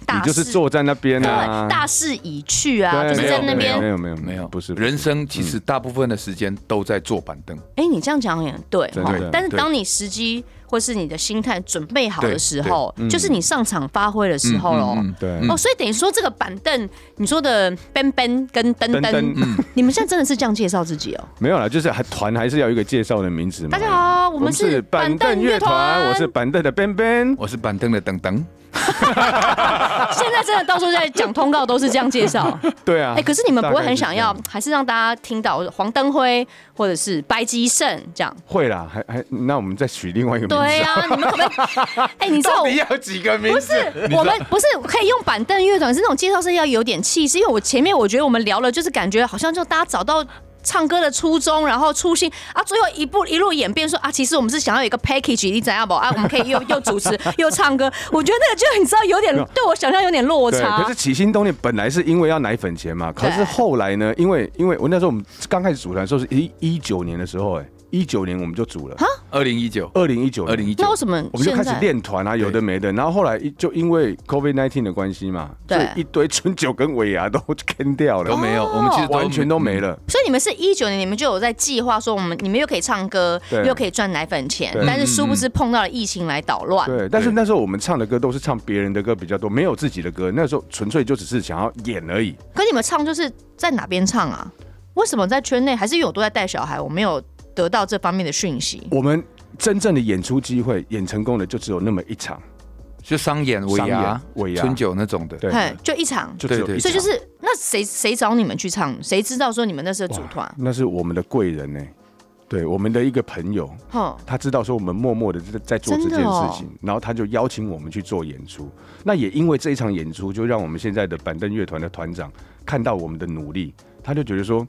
[SPEAKER 7] 你
[SPEAKER 6] 大
[SPEAKER 7] 就
[SPEAKER 6] 势，
[SPEAKER 7] 是坐在那边
[SPEAKER 6] 对
[SPEAKER 7] 啊，
[SPEAKER 6] 大势已去啊，
[SPEAKER 7] 对
[SPEAKER 6] 就是
[SPEAKER 8] 没
[SPEAKER 6] 在
[SPEAKER 8] 有
[SPEAKER 6] 那边
[SPEAKER 7] 没有没有
[SPEAKER 8] 没有，
[SPEAKER 7] 不是嗯
[SPEAKER 8] 人生其实大部分的时间都在坐板凳。
[SPEAKER 6] 哎、你这样讲也对
[SPEAKER 7] 真
[SPEAKER 6] 哈
[SPEAKER 7] 的，
[SPEAKER 6] 但是
[SPEAKER 8] 对
[SPEAKER 6] 当你时机或是你的心态准备好的
[SPEAKER 8] 对
[SPEAKER 6] 时候，
[SPEAKER 7] 嗯
[SPEAKER 6] 就是你上场发挥的时候喽。
[SPEAKER 8] 嗯
[SPEAKER 7] 对
[SPEAKER 6] 哦，所以等于说这个板凳，你说的 ben ben 跟噔
[SPEAKER 7] 噔噔
[SPEAKER 6] 噔，你们现在真的是这样介绍自己哦？
[SPEAKER 7] 没有啦，就是还团还是要有一个介绍的名字嘛。
[SPEAKER 6] 大家好，我
[SPEAKER 7] 我
[SPEAKER 6] 们是板凳乐团，
[SPEAKER 7] 我是板凳的 Ben Ben。
[SPEAKER 8] 我是板凳的等等，
[SPEAKER 6] 现在真的到处在讲通告都是这样介绍。
[SPEAKER 7] <laughs> 对啊，
[SPEAKER 6] 哎、可是你们不
[SPEAKER 7] 大
[SPEAKER 6] 会
[SPEAKER 7] 概是
[SPEAKER 6] 很想要
[SPEAKER 7] 这样？，
[SPEAKER 6] 还是让大家听到黄登辉或者是白吉胜这样？
[SPEAKER 7] 会啦，还还那我们再取另外一个名字。
[SPEAKER 6] 对啊，你们可不
[SPEAKER 7] <laughs>
[SPEAKER 6] 可以？哎、你知道
[SPEAKER 7] 到
[SPEAKER 6] 我
[SPEAKER 7] 底要几个名
[SPEAKER 6] 不
[SPEAKER 7] 字？
[SPEAKER 6] 是，我们不是可以用板凳乐团，是那种介绍是要有点气势，因为我前面我觉得我们聊了，就是感觉好像就大家找到。唱歌的初衷，然后初心啊，最后一步一路演变说啊，其实我们是想要有一个 package，你怎样不啊？我们可以又又主持又唱歌，我觉得那个就你知道有点
[SPEAKER 7] 没有
[SPEAKER 6] 对我想象有点落
[SPEAKER 7] 对，
[SPEAKER 6] 差
[SPEAKER 7] 可是。起心动念本来是因为要奶粉钱嘛，可是
[SPEAKER 6] 对
[SPEAKER 7] 后来呢，因为因为我那时候我们刚开始组团的时候是一一九年的时候、哎，一九年我们就组了，
[SPEAKER 8] 二零一九，
[SPEAKER 7] 二零一九
[SPEAKER 8] 二零一
[SPEAKER 6] 那
[SPEAKER 8] 九
[SPEAKER 6] 为，什么
[SPEAKER 7] 我们就
[SPEAKER 6] 现
[SPEAKER 7] 开始
[SPEAKER 6] 在
[SPEAKER 7] 练团啊，有的没的。然后后来一就因为 COVID 19的关系嘛，
[SPEAKER 6] 对
[SPEAKER 7] 所以一堆春酒跟尾牙都 <laughs> 坑掉
[SPEAKER 8] 都
[SPEAKER 7] 了，
[SPEAKER 8] 没有，我们其实
[SPEAKER 7] 完全都没
[SPEAKER 8] 了。
[SPEAKER 7] 了。
[SPEAKER 6] 所以你们是一九年，你们就有在计划说我们你们又可以唱歌，
[SPEAKER 7] 对
[SPEAKER 6] 又可以赚奶粉钱
[SPEAKER 7] 对，
[SPEAKER 6] 但是殊不知碰到了疫情来捣乱。
[SPEAKER 7] 对，但是
[SPEAKER 8] 对
[SPEAKER 7] 那时候我们唱的歌都是唱别人的歌比较多，没有自己的歌。那时候纯粹就只是想要演而已。
[SPEAKER 6] 可你们唱就是在哪边唱啊？为什么在圈内？还是因为我都在带小孩，我没有得到这方面的讯息？
[SPEAKER 7] 我们真正的演出机会，演成功的就只有那么一场，
[SPEAKER 8] 就商演、尾牙
[SPEAKER 7] 商、演尾牙
[SPEAKER 8] 春酒那种的。
[SPEAKER 7] 对，
[SPEAKER 6] 嘿，就一场。
[SPEAKER 7] 就只有一
[SPEAKER 8] 对对
[SPEAKER 6] 所
[SPEAKER 7] 场。
[SPEAKER 6] 以就是那谁谁找你们去唱？谁知道说你们那时候组团？
[SPEAKER 7] 那是我们的贵人呢、对，我们的一个朋友，
[SPEAKER 6] 哼，
[SPEAKER 7] 他知道说我们默默的在在做这件
[SPEAKER 6] 真的
[SPEAKER 7] 事
[SPEAKER 6] 哦
[SPEAKER 7] 情，然后他就邀请我们去做演出。那也因为这一场演出，就让我们现在的板凳乐团的团长看到我们的努力，他就觉得说，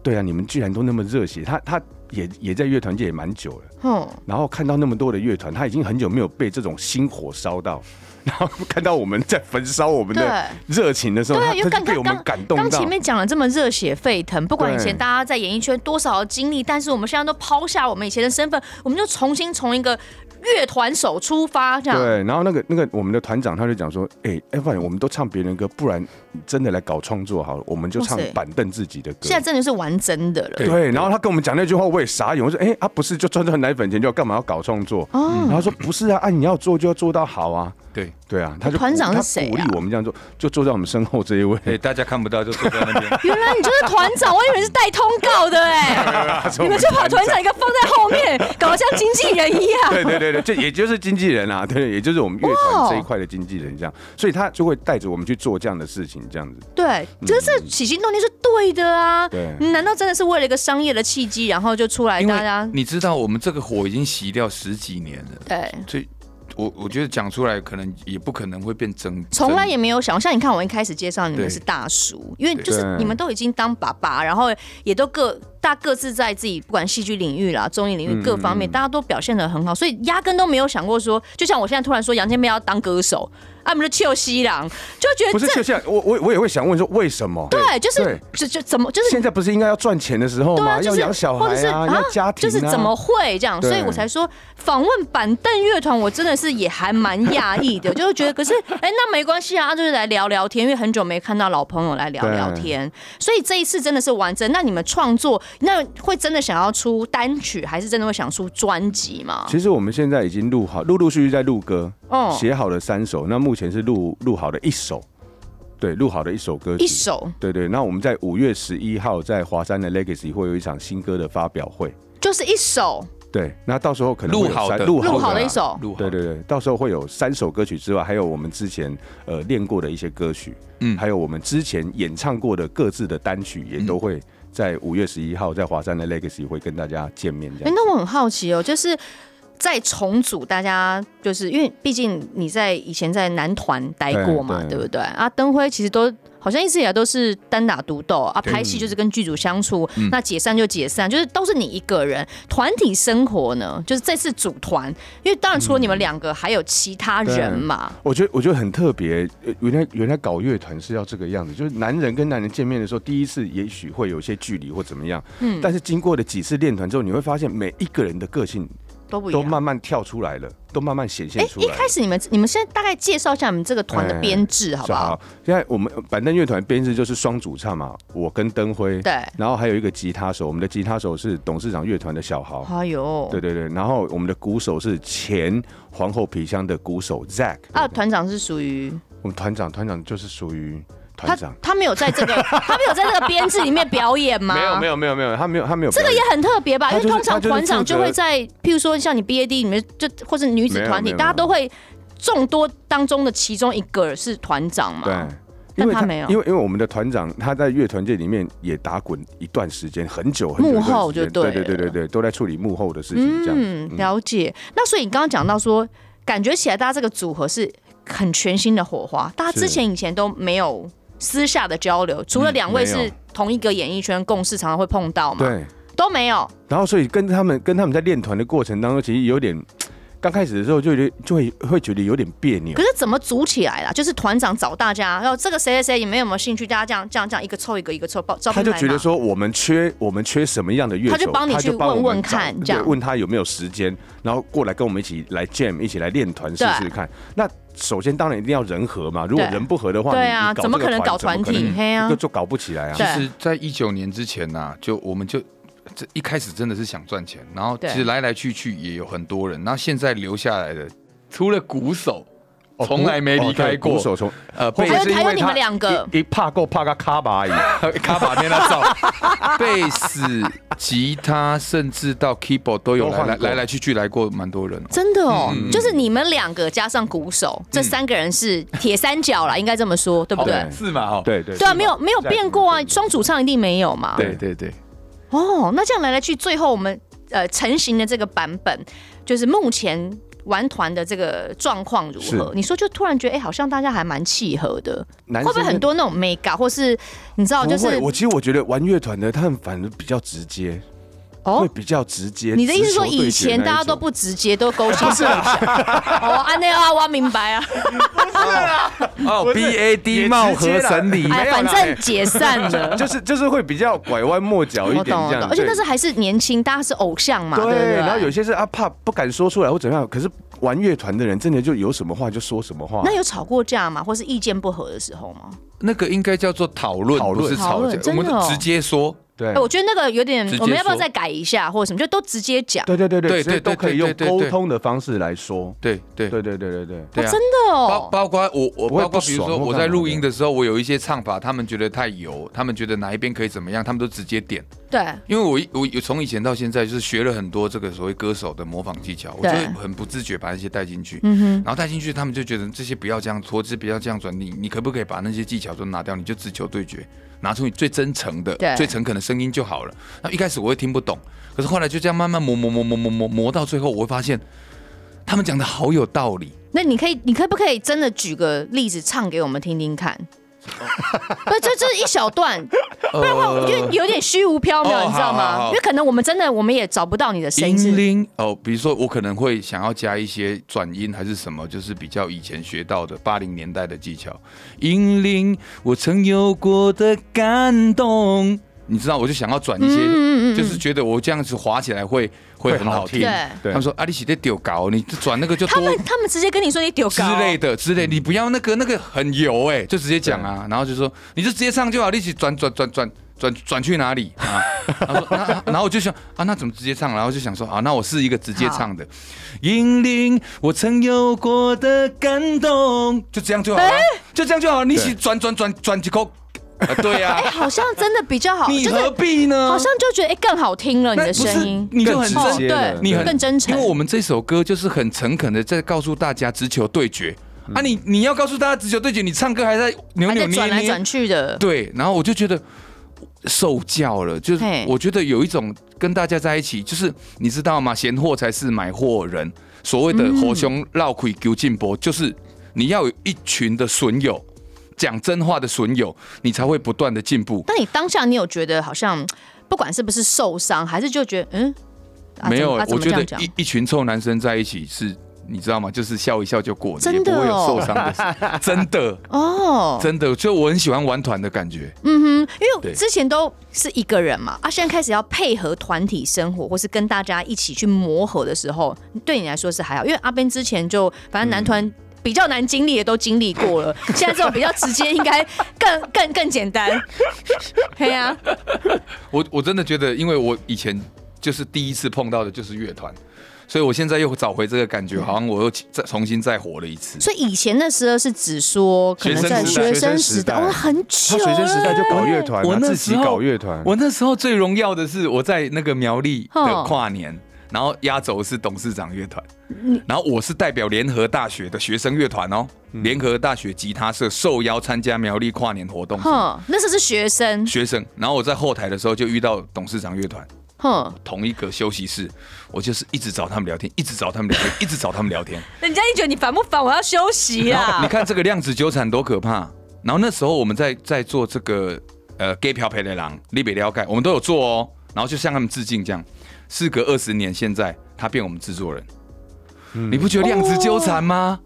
[SPEAKER 7] 对啊，你们居然都那么热血。他他也也在乐团界也蛮久了。
[SPEAKER 6] 哼，
[SPEAKER 7] 然后看到那么多的乐团，他已经很久没有被这种心火烧到， <laughs> 然后看到我们在焚烧我们的热情的时候，
[SPEAKER 6] 对啊，
[SPEAKER 7] 他
[SPEAKER 6] 因为
[SPEAKER 7] 他
[SPEAKER 6] 刚
[SPEAKER 7] 就被
[SPEAKER 6] 刚
[SPEAKER 7] 我们感
[SPEAKER 6] 刚
[SPEAKER 7] 动
[SPEAKER 6] 刚
[SPEAKER 7] 到
[SPEAKER 6] 前。面讲了这么热血沸腾，不管以
[SPEAKER 7] 对
[SPEAKER 6] 前大家在演艺圈多少的经历，但是我们现在都抛下我们以前的身份，我们就重新从一个乐团手出发，这样。
[SPEAKER 7] 对，然后那个那个我们的团长他就讲说，哎、要不然我们都唱别人歌，不然真的来搞创作好了，我们就唱
[SPEAKER 6] 哇塞
[SPEAKER 7] 板凳自己的歌。
[SPEAKER 6] 现在真的是玩真的了。
[SPEAKER 7] 对，然后他跟我们讲那句话，我也傻眼，我说，哎、
[SPEAKER 6] 哦
[SPEAKER 7] 啊不是就赚赚奶粉钱就要干嘛要搞创作？然后他说不是啊，啊你要做就要做到好啊，
[SPEAKER 8] 对，
[SPEAKER 7] 对啊，他就
[SPEAKER 6] 团长
[SPEAKER 7] 他
[SPEAKER 6] 是谁啊。
[SPEAKER 7] 鼓励我们这样做，就坐在我们身后这一位。
[SPEAKER 8] 哎，大家看不到就坐在那边
[SPEAKER 6] 原来你就是团长，我以为是带通告的哎、你们就把团长一个放在后面，搞得像经纪人一 <laughs>
[SPEAKER 7] <laughs>
[SPEAKER 6] 样。
[SPEAKER 7] 对对对对，这也就是经纪人啊，对，也就是我们乐
[SPEAKER 6] 哦
[SPEAKER 7] 团这一块的经纪人这样，所以他就会带着我们去做这样的事情，这样子。
[SPEAKER 6] 对，可是这起心动念是对的啊。
[SPEAKER 7] 对
[SPEAKER 6] 嗯难道真的是为了一个商业的契机，然后就出来
[SPEAKER 8] 因
[SPEAKER 6] 大
[SPEAKER 8] 为
[SPEAKER 6] 家？
[SPEAKER 8] 你知道，我们这个火已经熄掉十几年了，
[SPEAKER 6] 对，
[SPEAKER 8] 所以我我觉得讲出来可能也不可能会变真，
[SPEAKER 6] 从来
[SPEAKER 8] 真
[SPEAKER 6] 也没有想过。像你看，我一开始介绍你们
[SPEAKER 8] 对
[SPEAKER 6] 是大叔，因为
[SPEAKER 8] 对
[SPEAKER 6] 就是
[SPEAKER 7] 对
[SPEAKER 6] 你们都已经当爸爸，然后也都各大各自在自己不管戏剧领域啦、综艺
[SPEAKER 7] 嗯
[SPEAKER 6] 领域各方面，大家都表现得很好，所以压根都没有想过说，就像我现在突然说杨千霈要当歌手，啊，我们就秋西郎，就觉
[SPEAKER 7] 不
[SPEAKER 6] 得
[SPEAKER 7] 是，
[SPEAKER 6] 哎这
[SPEAKER 7] 就像我我我也会想问说，为什么？
[SPEAKER 6] 对，就是
[SPEAKER 7] 对
[SPEAKER 6] 就就怎么就是
[SPEAKER 7] 现在不是应该要赚钱的时候
[SPEAKER 6] 对
[SPEAKER 7] 吗？
[SPEAKER 6] 啊，就
[SPEAKER 7] 要
[SPEAKER 6] 是
[SPEAKER 7] 养小
[SPEAKER 6] 或
[SPEAKER 7] 孩
[SPEAKER 6] 者是
[SPEAKER 7] 啊，要家庭
[SPEAKER 6] 就
[SPEAKER 7] 啊，
[SPEAKER 6] 是怎么会这样？
[SPEAKER 7] 对
[SPEAKER 6] 所以我才说访问板凳乐团，我真的是也还蛮讶异
[SPEAKER 7] <laughs>
[SPEAKER 6] 的，就是觉得，可是哎、那没关系啊，就是来聊聊天，因为很久没看到老朋友来聊聊天，所以这一次真的是完整。那你们创作，那会真的想要出单曲，还是真的会想出专辑吗？
[SPEAKER 7] 其实我们现在已经录好，陆陆续续在录歌，
[SPEAKER 6] 哦，
[SPEAKER 7] 写好了三首，那目前是录录好的一首，对，录好的一首歌曲
[SPEAKER 6] 一首
[SPEAKER 7] 对对，那我们在五月十一号在华山的 Legacy 会有一场新歌的发表会，
[SPEAKER 6] 就是一首
[SPEAKER 7] 对，那到时候可能会有
[SPEAKER 8] 录好的
[SPEAKER 7] 三
[SPEAKER 8] 录
[SPEAKER 6] 录好
[SPEAKER 7] 啊
[SPEAKER 6] 的一首。
[SPEAKER 8] 录好
[SPEAKER 7] 对对对，到时候会有三首歌曲之外，还有我们之前呃练过的一些歌曲，嗯，
[SPEAKER 8] 嗯
[SPEAKER 7] 还有我们之前演唱过的各自的单曲，也都会在五月十一号在华山的 Legacy 会跟大家见面这
[SPEAKER 6] 哎、
[SPEAKER 7] 样。
[SPEAKER 6] 那我很好奇哦，就是在重组，大家就是因为毕竟你在以前在男团待过嘛，
[SPEAKER 7] 对
[SPEAKER 6] 对
[SPEAKER 7] 对
[SPEAKER 6] 不对？啊，灯辉其实都好像一直以来都是单打独斗啊，
[SPEAKER 8] 对
[SPEAKER 6] 拍戏就是跟剧组相处，
[SPEAKER 7] 嗯
[SPEAKER 6] 那解散就解散，就是都是你一个人。团体生活呢，就是这次组团，因为当然除了你们两个，还有其他人嘛。
[SPEAKER 7] 我觉得我觉得很特别，呃原来原来搞乐团是要这个样子，就是男人跟男人见面的时候，第一次也许会有一些距离或怎么样，嗯，但是经过了几次练团之后，你会发现每一个人的个性
[SPEAKER 6] 都不一
[SPEAKER 7] 都
[SPEAKER 6] 样。
[SPEAKER 7] 慢慢跳出来了，都慢慢显现
[SPEAKER 6] 哎，
[SPEAKER 7] 出
[SPEAKER 6] 一
[SPEAKER 7] 来了。
[SPEAKER 6] 开始你们你们现在大概介绍一下你们这个团的
[SPEAKER 7] 哎
[SPEAKER 6] 编制好不好？？
[SPEAKER 7] 现在我们呃板凳乐团编制就是双主唱嘛，我跟灯辉，
[SPEAKER 6] 对
[SPEAKER 7] 然后还有一个吉他手，我们的吉他手是董事长乐团的小豪，
[SPEAKER 6] 哎呦，
[SPEAKER 7] 对对对，然后我们的鼓手是前皇后皮箱的鼓手 Zack，
[SPEAKER 6] 啊，团长是属于
[SPEAKER 7] 我们团长团长就是属于团
[SPEAKER 6] 他
[SPEAKER 7] 长，
[SPEAKER 6] 他没有在
[SPEAKER 7] <laughs>
[SPEAKER 6] 这个他没有在这个编制里面表演吗？
[SPEAKER 7] 没有没有没有没有，他没有他没有表
[SPEAKER 6] 这
[SPEAKER 7] 演，
[SPEAKER 6] 个也很特别吧，
[SPEAKER 7] 他
[SPEAKER 6] 因
[SPEAKER 7] 就
[SPEAKER 6] 为
[SPEAKER 7] 是
[SPEAKER 6] 通常团长就会在，譬如说像你 BAD 里面，就或者女子团体，
[SPEAKER 7] 没有没有
[SPEAKER 6] 大家都会众多当中的其中一个是团长嘛。
[SPEAKER 7] 对。
[SPEAKER 6] 但
[SPEAKER 7] 因为
[SPEAKER 6] 他没有
[SPEAKER 7] 因为因为我们的团长他在乐团界里面也打滚一段时间，很久很久
[SPEAKER 6] 幕
[SPEAKER 7] 一段时间，
[SPEAKER 6] 后就
[SPEAKER 7] 对
[SPEAKER 6] 对
[SPEAKER 7] 对对
[SPEAKER 6] 了
[SPEAKER 7] 对对，都在处理幕后的事情，这样。
[SPEAKER 6] 嗯，了解。那所以你刚刚讲到说，感觉起来大家这个组合是很全新的火花，大家之前以前都没有私下的交流，除了两位
[SPEAKER 7] 嗯没
[SPEAKER 6] 是
[SPEAKER 7] 有
[SPEAKER 6] 同一个演艺圈共事，常常会碰到嘛，
[SPEAKER 7] 对，
[SPEAKER 6] 都没有。
[SPEAKER 7] 然后所以跟他们跟他们在练团的过程当中，其实有点刚开始的时候就觉得就会会觉得有点别扭
[SPEAKER 6] 可。是怎么组起来啦？就是团长找大家，然后这个谁谁谁你们有没有兴趣？大家这样这样这样一个凑一个一个凑，报招牌
[SPEAKER 7] 他就觉得说我们缺我们缺什么样的乐手，
[SPEAKER 6] 他就帮你去
[SPEAKER 7] 就帮我们
[SPEAKER 6] 问问看
[SPEAKER 7] 找
[SPEAKER 6] 这样
[SPEAKER 7] 对问他有没有时间，然后过来跟我们一起来 jam，一起来练团试试看。那首先当然一定要人和嘛，如果
[SPEAKER 6] 对
[SPEAKER 7] 人不和的话，
[SPEAKER 6] 对
[SPEAKER 7] 你
[SPEAKER 6] 啊
[SPEAKER 7] 你搞
[SPEAKER 6] 怎么
[SPEAKER 7] 这个
[SPEAKER 6] 可能搞
[SPEAKER 7] 团
[SPEAKER 6] 团体
[SPEAKER 7] 怎么可能
[SPEAKER 6] 嘿啊
[SPEAKER 7] 这个就搞不起来啊
[SPEAKER 8] 其
[SPEAKER 6] 对。
[SPEAKER 8] 实，在一九年之前呐、啊就我们就这一开始真的是想赚钱，然后
[SPEAKER 6] 对
[SPEAKER 8] 其实来来去去也有很多人，然后现在留下来的，除了鼓手，
[SPEAKER 7] 哦
[SPEAKER 8] 从来没离开过
[SPEAKER 7] 哦对鼓手从
[SPEAKER 8] 呃，
[SPEAKER 7] 会
[SPEAKER 8] 贝
[SPEAKER 7] 不会
[SPEAKER 6] 还有
[SPEAKER 7] 是因
[SPEAKER 6] 还有
[SPEAKER 7] 为
[SPEAKER 6] 你们
[SPEAKER 7] 他
[SPEAKER 6] 两个
[SPEAKER 7] 一一怕够怕个卡巴而已。
[SPEAKER 8] <laughs> 卡把面来找，贝斯、吉他，甚至到 keyboard 都有
[SPEAKER 7] 都
[SPEAKER 8] 来
[SPEAKER 7] 换
[SPEAKER 8] 来
[SPEAKER 7] 过
[SPEAKER 8] 来来去去来过蛮多人哦。
[SPEAKER 6] 真的哦，
[SPEAKER 7] 嗯
[SPEAKER 6] 就是你们两个加上鼓手，这三个人是铁三角啦，应该这么说，对不对
[SPEAKER 8] 好？是嘛？哦，
[SPEAKER 7] 对对
[SPEAKER 6] 对啊，没有没有变过啊，双主唱一定没有嘛。
[SPEAKER 8] 对对对，
[SPEAKER 6] 哦，那这样来来去，最后我们呃成型的这个版本，就是目前玩团的这个状况如
[SPEAKER 7] 是
[SPEAKER 6] 何？你说就突然觉得，哎、好像大家还蛮契合的，
[SPEAKER 7] 男
[SPEAKER 6] 会不会
[SPEAKER 7] 生
[SPEAKER 6] 很
[SPEAKER 7] 跟
[SPEAKER 6] 多那种 mega 或是你知道就
[SPEAKER 7] 不
[SPEAKER 6] 是
[SPEAKER 7] 会，我其实我觉得玩乐团的他们反而比较直接，会
[SPEAKER 6] 哦。
[SPEAKER 7] 比较直接。
[SPEAKER 6] 你的意思是说，
[SPEAKER 7] 直球对
[SPEAKER 6] 以
[SPEAKER 7] 决那一
[SPEAKER 6] 前大家都
[SPEAKER 7] 种啊
[SPEAKER 6] 不直接，都勾
[SPEAKER 7] <laughs>
[SPEAKER 6] 心斗角？哦，安内啊，我明白啊。
[SPEAKER 8] 哦，B A D
[SPEAKER 7] 啦
[SPEAKER 8] 貌合神离，
[SPEAKER 6] 哎，反正解散了。
[SPEAKER 7] <laughs> 就是就是会比较拐弯抹角一
[SPEAKER 6] 我
[SPEAKER 7] 点
[SPEAKER 6] 懂，我懂
[SPEAKER 7] 这样，。
[SPEAKER 6] 而且
[SPEAKER 7] 对
[SPEAKER 6] 那时候还是年轻，大家是偶像嘛，对不
[SPEAKER 7] 对，
[SPEAKER 6] 对？
[SPEAKER 7] 然后有些是啊怕不敢说出来或怎么样，可是玩乐团的人真的就有什么话就说什么话
[SPEAKER 6] 那。有吵过架吗？或是意见不合的时候吗？
[SPEAKER 8] 那个应该叫做讨论，
[SPEAKER 7] 讨论
[SPEAKER 8] 不是
[SPEAKER 6] 讨
[SPEAKER 8] 吵
[SPEAKER 6] 论
[SPEAKER 8] 架，我
[SPEAKER 6] 真的
[SPEAKER 8] 们
[SPEAKER 6] 哦
[SPEAKER 8] 直接说，
[SPEAKER 7] 对
[SPEAKER 6] 哎，我觉得那个有点
[SPEAKER 8] 直，接
[SPEAKER 6] 我们要不要
[SPEAKER 8] 说
[SPEAKER 6] 再改一下或者什么，就都直接讲。
[SPEAKER 7] 对对对对，
[SPEAKER 8] 对
[SPEAKER 7] 所以
[SPEAKER 8] 对
[SPEAKER 7] 都
[SPEAKER 8] 对
[SPEAKER 7] 可以用
[SPEAKER 8] 对对对
[SPEAKER 7] 沟
[SPEAKER 8] 对
[SPEAKER 7] 通的方式来说。
[SPEAKER 8] 对对
[SPEAKER 7] 对对对对对，
[SPEAKER 8] 对啊
[SPEAKER 6] 真的
[SPEAKER 8] 包
[SPEAKER 6] 哦，
[SPEAKER 8] 包括我我
[SPEAKER 7] 不会
[SPEAKER 8] 包括
[SPEAKER 7] 不
[SPEAKER 8] 比如
[SPEAKER 7] 爽
[SPEAKER 8] 说
[SPEAKER 7] 或
[SPEAKER 8] 我
[SPEAKER 7] 干
[SPEAKER 8] 在
[SPEAKER 7] 嘛
[SPEAKER 8] 录
[SPEAKER 7] 的
[SPEAKER 8] 音的时候，我有一些唱法，他们觉得太油，他们觉得哪一边可以怎么样，他们都直接点。
[SPEAKER 6] 对，
[SPEAKER 8] 因为我一我有从以前到现在就是学了很多这个所谓歌手的模仿技巧，我就
[SPEAKER 6] 对嗯
[SPEAKER 8] 会很不自觉把那些带进去，然后带进去他们就觉得这些不要这样搓字，不要这样转，你你可不可以把那些技巧都拿掉，你就只求对决，拿出你最真诚的
[SPEAKER 6] 对、
[SPEAKER 8] 最诚恳的声音就好了。那一开始我会听不懂，可是后来就这样慢慢磨磨磨磨磨磨磨到最后，我会发现他们讲的好有道理。
[SPEAKER 6] 那你可以，你可不可以真的举个例子唱给我们听听
[SPEAKER 8] <laughs>
[SPEAKER 6] 看？不，这这是一小段，不然的话，我觉得有点虚无缥缈，
[SPEAKER 8] 呃哦
[SPEAKER 6] 你知道
[SPEAKER 8] 好好
[SPEAKER 6] 吗？
[SPEAKER 8] 好
[SPEAKER 6] 因为可能我们真的我们也找不到你的声音
[SPEAKER 8] 音
[SPEAKER 6] 是，
[SPEAKER 8] 拎哦，比如说我可能会想要加一些转音还是什么，就是比较以前学到的八零年代的技巧。音拎，我曾有过的感动，你知道，我就想要转一些，
[SPEAKER 6] 嗯嗯嗯嗯
[SPEAKER 8] 就是觉得我这样子滑起来会会很好听。
[SPEAKER 6] 对
[SPEAKER 8] 他们说啊，你写的丢高，你转那个就
[SPEAKER 6] 他
[SPEAKER 8] 多
[SPEAKER 6] 们他们直接跟你说你丢
[SPEAKER 8] 之
[SPEAKER 6] 高哦
[SPEAKER 8] 类的之类，你不要那个那个很油
[SPEAKER 6] 嗯
[SPEAKER 8] 哎、就直接讲啊，然后就说你就直接唱就好，一起转转转转转转去
[SPEAKER 6] <laughs>
[SPEAKER 8] 哪里啊？然后说那然后我就想啊，那怎么直接唱？然后就想说啊，那我试一个直接
[SPEAKER 6] <laughs>
[SPEAKER 8] 唱的，引领我曾有过的感动，就这样就好
[SPEAKER 6] 哎
[SPEAKER 8] 了，就这样就好了，你一起转转转转几口，啊对呀、
[SPEAKER 6] 哎，好像真的比较好，
[SPEAKER 8] 你
[SPEAKER 6] 就是
[SPEAKER 8] 何必呢？
[SPEAKER 6] 好像就觉得哎更好听了你
[SPEAKER 8] 那
[SPEAKER 6] 的
[SPEAKER 8] 不是
[SPEAKER 6] 声音，
[SPEAKER 8] 你就很
[SPEAKER 7] 更
[SPEAKER 8] 真
[SPEAKER 7] 直接了
[SPEAKER 6] 对，
[SPEAKER 8] 你很
[SPEAKER 6] 更真诚，
[SPEAKER 8] 因为我们这首歌就是很诚恳的在告诉大家直球对决、啊你，你要告诉大家直球对决，你唱歌还在扭
[SPEAKER 6] 还
[SPEAKER 8] 扭捏
[SPEAKER 6] 在转
[SPEAKER 8] 捏，
[SPEAKER 6] 来转去的，
[SPEAKER 8] 对，然后我就觉得受教了，就是
[SPEAKER 6] 嘿
[SPEAKER 8] 我觉得有一种跟大家在一起，就是你知道吗？闲货才是买货人，所谓
[SPEAKER 6] 嗯
[SPEAKER 8] 的猴熊绕腿丢进波，就是你要有一群的损友。讲真话的损友，你才会不断的进步。
[SPEAKER 6] 但你当下你有觉得好像不管是不是受伤，还是就觉得嗯，啊
[SPEAKER 8] 没有，
[SPEAKER 6] 怎么啊怎
[SPEAKER 8] 我
[SPEAKER 6] 么这
[SPEAKER 8] 觉
[SPEAKER 6] 样
[SPEAKER 8] 得
[SPEAKER 6] 讲
[SPEAKER 8] 一一群臭男生在一起是，你知道吗？就是笑一笑就过了，
[SPEAKER 6] 真的
[SPEAKER 8] 也不会有
[SPEAKER 6] 哦
[SPEAKER 8] 受伤的
[SPEAKER 6] <laughs>
[SPEAKER 8] 事，真的
[SPEAKER 6] 哦，
[SPEAKER 8] 真的，所以我很喜欢玩团的感觉。
[SPEAKER 6] 嗯哼，因为我
[SPEAKER 8] 对
[SPEAKER 6] 之前都是一个人嘛，啊，现在开始要配合团体生活，或是跟大家一起去磨合的时候，对你来说是还好，因为阿边之前就反正男团。比较难经历的都经历过
[SPEAKER 7] <laughs>
[SPEAKER 6] 了，现在这种比较直接应该更更更简
[SPEAKER 7] <laughs>
[SPEAKER 6] 单。对呀、啊，
[SPEAKER 8] 我我真的觉得，因为我以前就是第一次碰到的就是乐团，所以我现在又找回这个感觉，好像我又再重新再活了一次。
[SPEAKER 6] 所以以前的时候是只说可能在
[SPEAKER 7] 学
[SPEAKER 6] 学
[SPEAKER 7] 生时代
[SPEAKER 6] 生时代，
[SPEAKER 7] 学生时代
[SPEAKER 6] 哇、很
[SPEAKER 7] 他
[SPEAKER 6] 久
[SPEAKER 7] 学生时代
[SPEAKER 6] 了
[SPEAKER 7] 就搞乐团啊，
[SPEAKER 8] 我那
[SPEAKER 7] 自
[SPEAKER 8] 时
[SPEAKER 7] 己
[SPEAKER 8] 候
[SPEAKER 7] 搞乐团，
[SPEAKER 8] 我那时候最荣耀的是我在那个苗栗的
[SPEAKER 6] 哦
[SPEAKER 8] 跨年，然后压轴是董事长乐团，然后我是代表联合大学的学生乐团哦，联合大学吉他社受邀参加苗栗跨年活动，
[SPEAKER 6] 哼，那时候是学生，
[SPEAKER 8] 学生，然后我在后台的时候就遇到董事长乐团。
[SPEAKER 6] 哼，
[SPEAKER 8] 同一个休息室，我就是一直找他们聊天，一直找他们聊天，一直找他们聊天。
[SPEAKER 6] 人家一觉得你烦不烦？我要休息啊
[SPEAKER 8] 然
[SPEAKER 7] <laughs>
[SPEAKER 8] 后
[SPEAKER 6] 啦
[SPEAKER 8] 你。看这个量子纠缠多可怕。然后那时候我们在在做这个呃 gay 漂陪的狼立北撩盖，我们都有做哦。然后就向他们致敬，这样。事隔二十年，现在他变我们制作人，你不觉得量子纠缠吗？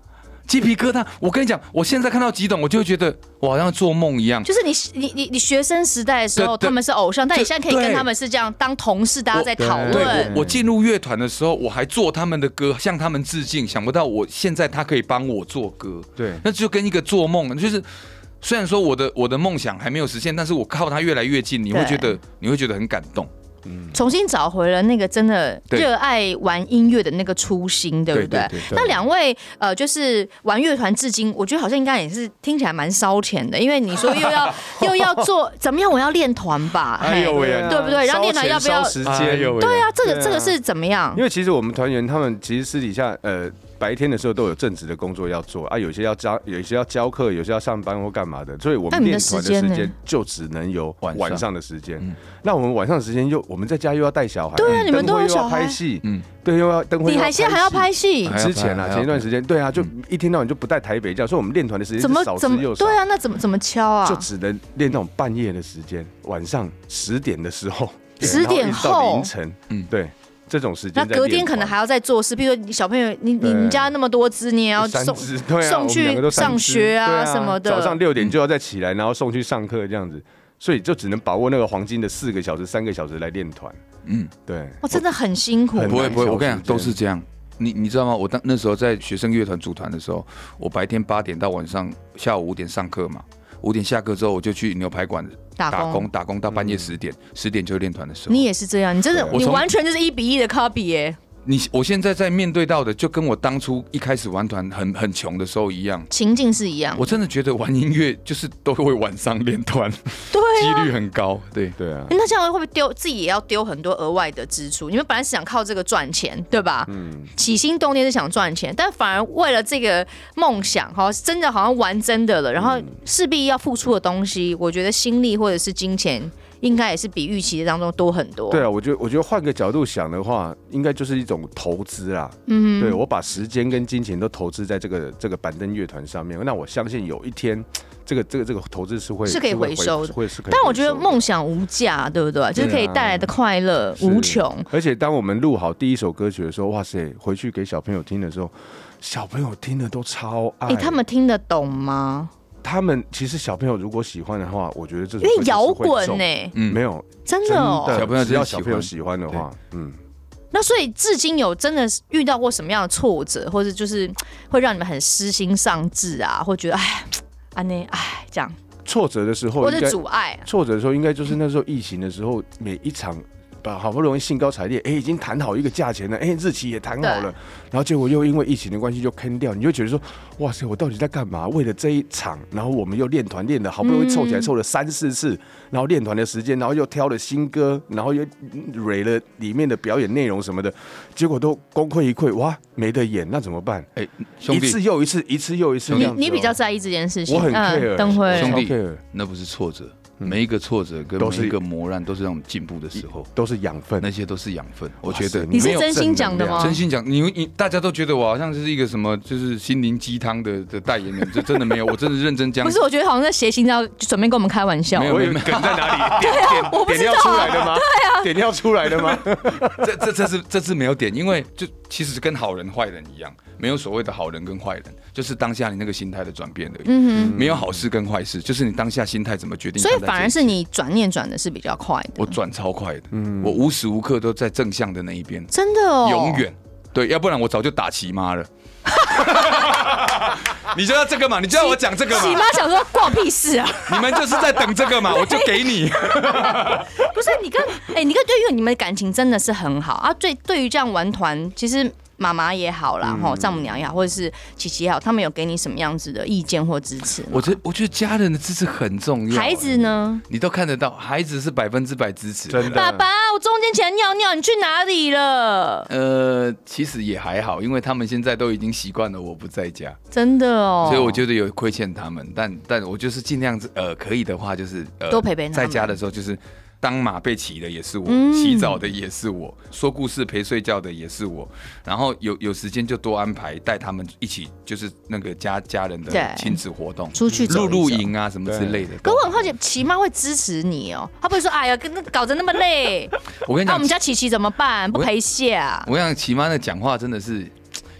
[SPEAKER 8] 鸡皮疙瘩！我跟你讲，我现在看到吉董，我就会觉得我好像做梦一样。
[SPEAKER 6] 就是你你你你学生时代的时候，
[SPEAKER 8] 对对
[SPEAKER 6] 他们是偶像，但你
[SPEAKER 8] 对
[SPEAKER 6] 现在可以跟
[SPEAKER 8] 对
[SPEAKER 6] 他们是这样当同事，大家在讨
[SPEAKER 8] 对
[SPEAKER 6] 论。
[SPEAKER 8] 我，我进入乐团的时候，我还做他们的歌，向他们致敬。想不到我现在他可以帮我做歌，
[SPEAKER 7] 对
[SPEAKER 8] 那就跟一个做梦，就是虽然说我的我的梦想还没有实现，但是我靠他越来越近，你会
[SPEAKER 6] 对
[SPEAKER 8] 觉得你会觉得很感动。
[SPEAKER 6] 重新找回了那个真的
[SPEAKER 8] 对
[SPEAKER 6] 热爱玩音乐的那个初心，对不对？
[SPEAKER 8] 对对
[SPEAKER 6] 那两位呃，就是玩乐团至今，我觉得好像应该也是听起来蛮烧钱的，因为你说又
[SPEAKER 7] <laughs>
[SPEAKER 6] 要又要做怎么样？我要练团吧？
[SPEAKER 7] 哎呦喂
[SPEAKER 6] 嘿
[SPEAKER 7] 啊，
[SPEAKER 6] 对不对？然后
[SPEAKER 7] 烧
[SPEAKER 6] 练团
[SPEAKER 7] 钱
[SPEAKER 6] 要不要
[SPEAKER 7] 烧？时
[SPEAKER 8] 哎
[SPEAKER 7] 间？
[SPEAKER 8] 呦喂
[SPEAKER 6] 对啊，这
[SPEAKER 7] 对
[SPEAKER 6] 个
[SPEAKER 7] 啊
[SPEAKER 6] 这个是怎么样
[SPEAKER 7] 因？为其实我们团员他们其实私底下呃白天的时候都有正职的工作要做啊，有些要教，有些要教课，有些要上班或干嘛的，所以我
[SPEAKER 6] 那
[SPEAKER 7] 们
[SPEAKER 6] 你们
[SPEAKER 7] 练
[SPEAKER 6] 的
[SPEAKER 7] 团
[SPEAKER 6] 时
[SPEAKER 7] 的
[SPEAKER 6] 间
[SPEAKER 7] 时
[SPEAKER 6] 呢
[SPEAKER 7] 间就只能有
[SPEAKER 8] 晚上
[SPEAKER 7] 晚上的时间
[SPEAKER 8] 嗯。
[SPEAKER 7] 那我们晚上的时间又我们在家又要带小孩，嗯
[SPEAKER 6] 对啊你们
[SPEAKER 7] 灯
[SPEAKER 6] 都
[SPEAKER 7] 会
[SPEAKER 6] 有
[SPEAKER 7] 又
[SPEAKER 6] 小
[SPEAKER 7] 要
[SPEAKER 6] 孩
[SPEAKER 7] 拍戏，
[SPEAKER 8] 嗯
[SPEAKER 7] 嗯，对，又要灯会，
[SPEAKER 6] 你还现在还要拍。戏
[SPEAKER 8] 还？要
[SPEAKER 7] 之前啊，
[SPEAKER 8] 拍嗯
[SPEAKER 7] 前一段时间，对啊，就一天到晚就不在台北这样，所以我们练团的时间
[SPEAKER 6] 怎
[SPEAKER 7] 是
[SPEAKER 6] 么
[SPEAKER 7] 少之
[SPEAKER 6] 怎么
[SPEAKER 7] 又少
[SPEAKER 6] 对。啊？那怎么怎么敲
[SPEAKER 7] 就
[SPEAKER 6] 啊？
[SPEAKER 7] 只能练那种半夜的时间，晚上十点的时候，
[SPEAKER 6] 10
[SPEAKER 7] 对然
[SPEAKER 6] 点
[SPEAKER 7] 一直到
[SPEAKER 6] 后
[SPEAKER 7] 凌晨，
[SPEAKER 8] 嗯
[SPEAKER 7] 嗯，对，这种时间
[SPEAKER 6] 那
[SPEAKER 7] 在练
[SPEAKER 6] 隔
[SPEAKER 7] 团。
[SPEAKER 6] 天可能还要再做事，比如说你小朋友，你你
[SPEAKER 7] 对
[SPEAKER 6] 你家那么多只，你也要
[SPEAKER 7] 三
[SPEAKER 6] 送
[SPEAKER 7] 只对啊，
[SPEAKER 6] 送
[SPEAKER 7] 我们
[SPEAKER 6] 去
[SPEAKER 7] 两个都三
[SPEAKER 6] 上
[SPEAKER 7] 只
[SPEAKER 6] 学啊
[SPEAKER 7] 对
[SPEAKER 6] 什么的
[SPEAKER 7] 早上六点就要再起来，然后送去上课这样子，所以就只能把握那个黄金的四个小时、三个小时来练团。
[SPEAKER 8] 嗯
[SPEAKER 7] 嗯，对，
[SPEAKER 6] 哇，真的很辛苦。欸
[SPEAKER 7] 很
[SPEAKER 8] 哎不会
[SPEAKER 7] 难
[SPEAKER 8] 不会，
[SPEAKER 7] 消
[SPEAKER 8] 我跟你
[SPEAKER 7] 时
[SPEAKER 8] 讲都
[SPEAKER 7] 间
[SPEAKER 8] 是这样。你你知道吗？我当那时候在学生乐团组团的时候，我白天八点到晚上下午五点上课嘛，五点下课之后我就去牛排馆
[SPEAKER 6] 打
[SPEAKER 8] 打
[SPEAKER 6] 工
[SPEAKER 8] 工打工到半夜十点，十点就是练团的时候。
[SPEAKER 6] 你也是这样，你真的
[SPEAKER 8] 对，啊我
[SPEAKER 6] 你
[SPEAKER 8] 从
[SPEAKER 6] 完全就是一比一的 copy 耶、
[SPEAKER 8] 你我现在在面对到的，就跟我当初一开始玩团很很穷的时候一样。
[SPEAKER 6] 情境是一样。
[SPEAKER 8] 我真的觉得玩音乐就是都会晚上练团，
[SPEAKER 6] 对
[SPEAKER 8] 几
[SPEAKER 6] 啊，
[SPEAKER 8] 率很高。对，
[SPEAKER 7] 对啊，
[SPEAKER 6] 那这样会不会丢自己也要丢很多额外的支出？你们本来是想靠这个赚钱，对吧？
[SPEAKER 7] 嗯，
[SPEAKER 6] 起心动念是想赚钱，但反而为了这个梦想，哈，真的好像玩真的了，然
[SPEAKER 8] 嗯
[SPEAKER 6] 后势必要付出的东西，我觉得心力或者是金钱，应该也是比预期的当中多很多。
[SPEAKER 7] 对啊，我觉得我觉得换个角度想的话，应该就是一种投资啦。嗯，对我把时间跟金钱都投资在这个这个板凳乐团上面，那我相信有一天，这个这个这个投资是会
[SPEAKER 6] 是可以
[SPEAKER 7] 会
[SPEAKER 6] 回收的
[SPEAKER 7] 会是可以。
[SPEAKER 6] 但我觉得梦。想无价，对不对？就是
[SPEAKER 8] 啊
[SPEAKER 6] 可以带来的快乐、无穷。 <laughs>
[SPEAKER 7] 而且当我们录好第一首歌曲的时候，哇塞，回去给小朋友听的时候，小朋友听的都超爱。
[SPEAKER 6] 哎、他们听得懂吗？
[SPEAKER 7] 他们其实小朋友如果喜欢的话，我觉得这首
[SPEAKER 6] 因
[SPEAKER 7] 歌
[SPEAKER 6] 为摇滚
[SPEAKER 7] 就是会
[SPEAKER 6] 呢、
[SPEAKER 7] 中
[SPEAKER 8] 嗯
[SPEAKER 7] 没有
[SPEAKER 6] 真
[SPEAKER 7] 真
[SPEAKER 6] 的哦。
[SPEAKER 7] 的
[SPEAKER 8] 小朋友
[SPEAKER 7] 只要
[SPEAKER 8] 真的喜
[SPEAKER 7] 小
[SPEAKER 8] 欢
[SPEAKER 7] 朋友喜欢的话，嗯，
[SPEAKER 6] 那所以至今有真的是遇到过什么样的挫折，或者就是会让你们很失心丧志啊，或觉得哎啊那哎这样，
[SPEAKER 7] 挫折的时候
[SPEAKER 6] 或
[SPEAKER 7] 应
[SPEAKER 6] 者
[SPEAKER 7] 该
[SPEAKER 6] 阻碍啊、
[SPEAKER 7] 挫折的时候，应该就是那时候疫情的时候，每一场把好不容易兴高采烈，哎、已经谈好一个价钱了，哎、日期也谈好了
[SPEAKER 6] 对，
[SPEAKER 7] 然后结果又因为疫情的关系就坑掉，你就觉得说，哇塞，我到底在干嘛？为了这一场，然后我们又练团练的好不容易凑起来凑了三四次，
[SPEAKER 6] 嗯
[SPEAKER 7] 然后练团的时间，然后又挑了新歌，然后又嗯蕊了里面的表演内容什么的，结果都功亏一篑，哇，没得演，那怎么办？
[SPEAKER 8] 哎，兄
[SPEAKER 7] 一
[SPEAKER 8] 弟
[SPEAKER 7] 次，又一次，一次又一次这
[SPEAKER 6] 你
[SPEAKER 7] 样子哦，哦
[SPEAKER 6] 你比较在意这件事情，嗯
[SPEAKER 7] 我很 care
[SPEAKER 6] 灯辉
[SPEAKER 8] 兄
[SPEAKER 7] 超
[SPEAKER 8] 弟
[SPEAKER 7] care 嗯
[SPEAKER 8] 那不是挫折，每一个挫折跟
[SPEAKER 7] 都是
[SPEAKER 8] 每一个磨难都是让我们进步的时候，
[SPEAKER 7] 都是养分
[SPEAKER 8] 那。些都是养分。我觉得
[SPEAKER 6] 你是
[SPEAKER 7] 没有
[SPEAKER 6] 真心
[SPEAKER 7] 正能
[SPEAKER 6] 讲的
[SPEAKER 7] 量
[SPEAKER 6] 吗
[SPEAKER 8] 真心讲，你你大家都觉得我好像就是一个什么，就是心灵鸡汤的的代言人，这真的没有，我真的认真讲。
[SPEAKER 6] 不是，我觉得好像在谐星要准备跟我们开玩笑
[SPEAKER 8] 没。有
[SPEAKER 7] 我
[SPEAKER 8] 没
[SPEAKER 7] 有
[SPEAKER 8] 有，没
[SPEAKER 7] 梗
[SPEAKER 8] 有
[SPEAKER 7] 在哪里？点
[SPEAKER 6] <laughs>
[SPEAKER 7] 点点要出来的吗？对啊，点要出来的吗？
[SPEAKER 8] <laughs> 这这这是这是没有点，因为就其实跟好人坏人一样，没有所谓的好人跟坏人，就是当下你那个心态的转变而已。
[SPEAKER 6] 嗯
[SPEAKER 8] 没有好事跟坏事，就是你当下心态怎么决定。
[SPEAKER 6] 哼，所以反而是你转念转的是比较快的，
[SPEAKER 8] 我转超快的，
[SPEAKER 7] 嗯
[SPEAKER 8] 我无时无刻都在正向的那一边，
[SPEAKER 6] 真的哦，
[SPEAKER 8] 永远对，要不然我早就打齐妈了。 <laughs> 你就要这个嘛？你就要我讲这个
[SPEAKER 6] 喜
[SPEAKER 8] 嘛？
[SPEAKER 6] 妈想说关我屁事啊！
[SPEAKER 8] 你们就是在等这个嘛？我就给你。 <laughs>
[SPEAKER 6] 不是你跟 <laughs> 哎、你跟对于你们的感情真的是很好啊。对，对于这样玩团，其实妈妈也好
[SPEAKER 8] 嗯
[SPEAKER 6] 啦，吼、丈母娘也好，或者是琪琪也好，他们有给你什么样子的意见或支持吗？
[SPEAKER 8] 我觉我觉得家人的支持很重要。啊
[SPEAKER 6] 孩子，呢？
[SPEAKER 8] 你都看得到，孩子是百分之百支持。
[SPEAKER 7] 真的
[SPEAKER 6] 爸爸，我中间起来尿尿，你去哪里了？
[SPEAKER 8] 呃，其实也还好，因为他们现在都已经习惯了我不在家，
[SPEAKER 6] 真的哦，
[SPEAKER 8] 所以我觉得有亏欠他们，但但我就是尽量呃可以的话就是呃
[SPEAKER 6] 多陪陪他们
[SPEAKER 8] 在家的时候就是。当马被骑的也是我，
[SPEAKER 6] 嗯
[SPEAKER 8] 洗澡的也是我，说故事陪睡觉的也是我，然后有有时间就多安排带他们一起，就是那个家家人
[SPEAKER 6] 对
[SPEAKER 8] 的亲子活动，
[SPEAKER 6] 出去走一
[SPEAKER 8] 露
[SPEAKER 6] 走
[SPEAKER 8] 露营啊什么之类的。
[SPEAKER 6] 可我很好奇，琪妈会支持你哦，她不会说哎呀，跟那搞得那么累，
[SPEAKER 8] <laughs> 我跟你
[SPEAKER 6] 那、
[SPEAKER 8] 讲，
[SPEAKER 6] 啊我们家琪琪怎么办？不啊陪下，
[SPEAKER 8] 我想齐妈的讲话真的是，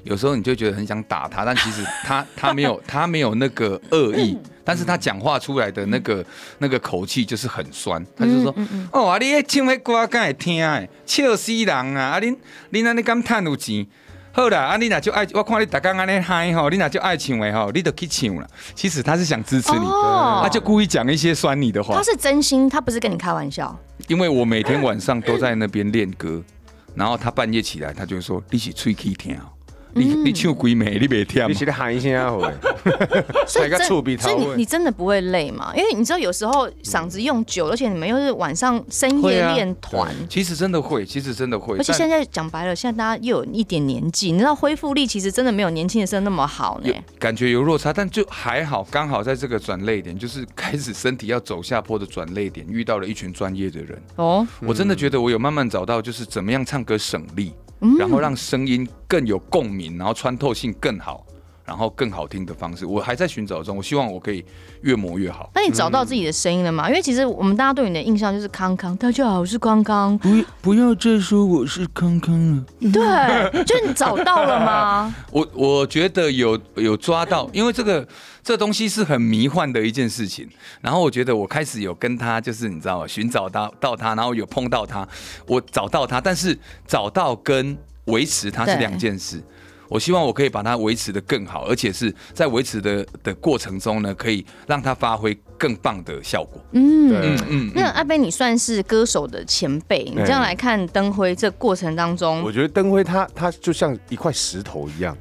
[SPEAKER 8] 有时候你就觉得很想打她，但其实她她没有 <laughs> 她没有那个恶意，但是她讲话出来的那个那个口气就是很酸，她就说：“哦，啊，你咧唱迄歌敢会听诶，笑死人啊！啊，恁恁安尼敢趁有钱？”好啦，啊，你若就爱，我看你逐工安尼嗨吼，你若就爱唱诶吼，你就去唱啦。其实她是想支持你，
[SPEAKER 6] 哦
[SPEAKER 8] 她就故意讲一些酸你的话
[SPEAKER 6] 她。是真心，她不是跟你开玩笑。
[SPEAKER 8] 因为我每天晚上都在那边练歌，然后他半夜起来，他就会说：“你是吹气听哦，你
[SPEAKER 6] 嗯
[SPEAKER 8] 你唱鬼美，你别听
[SPEAKER 7] 你。起来喊一下回，
[SPEAKER 6] 所以
[SPEAKER 7] 大
[SPEAKER 6] 真，
[SPEAKER 7] 家触鼻
[SPEAKER 6] 所以
[SPEAKER 7] 头
[SPEAKER 6] 你
[SPEAKER 7] 尾
[SPEAKER 6] 你真的不会累吗？因为你知道有时候嗓子用久，而且你们又是晚上深
[SPEAKER 8] 会
[SPEAKER 6] 夜
[SPEAKER 8] 啊
[SPEAKER 6] 练团。”
[SPEAKER 8] 其实真的会，其实真的会。
[SPEAKER 6] 而且
[SPEAKER 8] 但
[SPEAKER 6] 现在讲白了，现在大家又有一点年纪，你知道恢复力其实真的没有年轻的时候那么好呢
[SPEAKER 8] 有。感觉有落差，但就还好，刚好在这个转泪点，就是开始身体要走下坡的转泪点，遇到了一群专业的人。
[SPEAKER 6] 哦，
[SPEAKER 8] 我真的觉得我有慢慢找到，就是怎么样唱歌省力，
[SPEAKER 6] 嗯
[SPEAKER 8] 然后让声音更有共鸣，然后穿透性更好，然后更好听的方式。我还在寻找中，我希望我可以越磨越好。
[SPEAKER 6] 那你找到自己的声音了吗？因为其实我们大家对你的印象就是康康，大家好，我是康康。
[SPEAKER 8] 不不要再说我是康康了。
[SPEAKER 6] 对，就是你找到了
[SPEAKER 7] <laughs>
[SPEAKER 6] 吗？
[SPEAKER 8] 我我觉得有有抓到，因为这个这东西是很迷幻的一件事情。然后我觉得我开始有跟他，就是你知道吗？寻找到到他，然后有碰到他，我找到他，但是找到跟维持他是
[SPEAKER 6] 对
[SPEAKER 8] 两件事。我希望我可以把它维持的更好，而且是在维持的的过程中呢，可以让它发挥更棒的效果。
[SPEAKER 7] 啊
[SPEAKER 6] 嗯。
[SPEAKER 8] 嗯嗯，
[SPEAKER 6] 那阿贝，你算是歌手的前辈，你这样来看灯辉这过程当中
[SPEAKER 7] 哎我，觉得灯辉他他就像一块石头一样，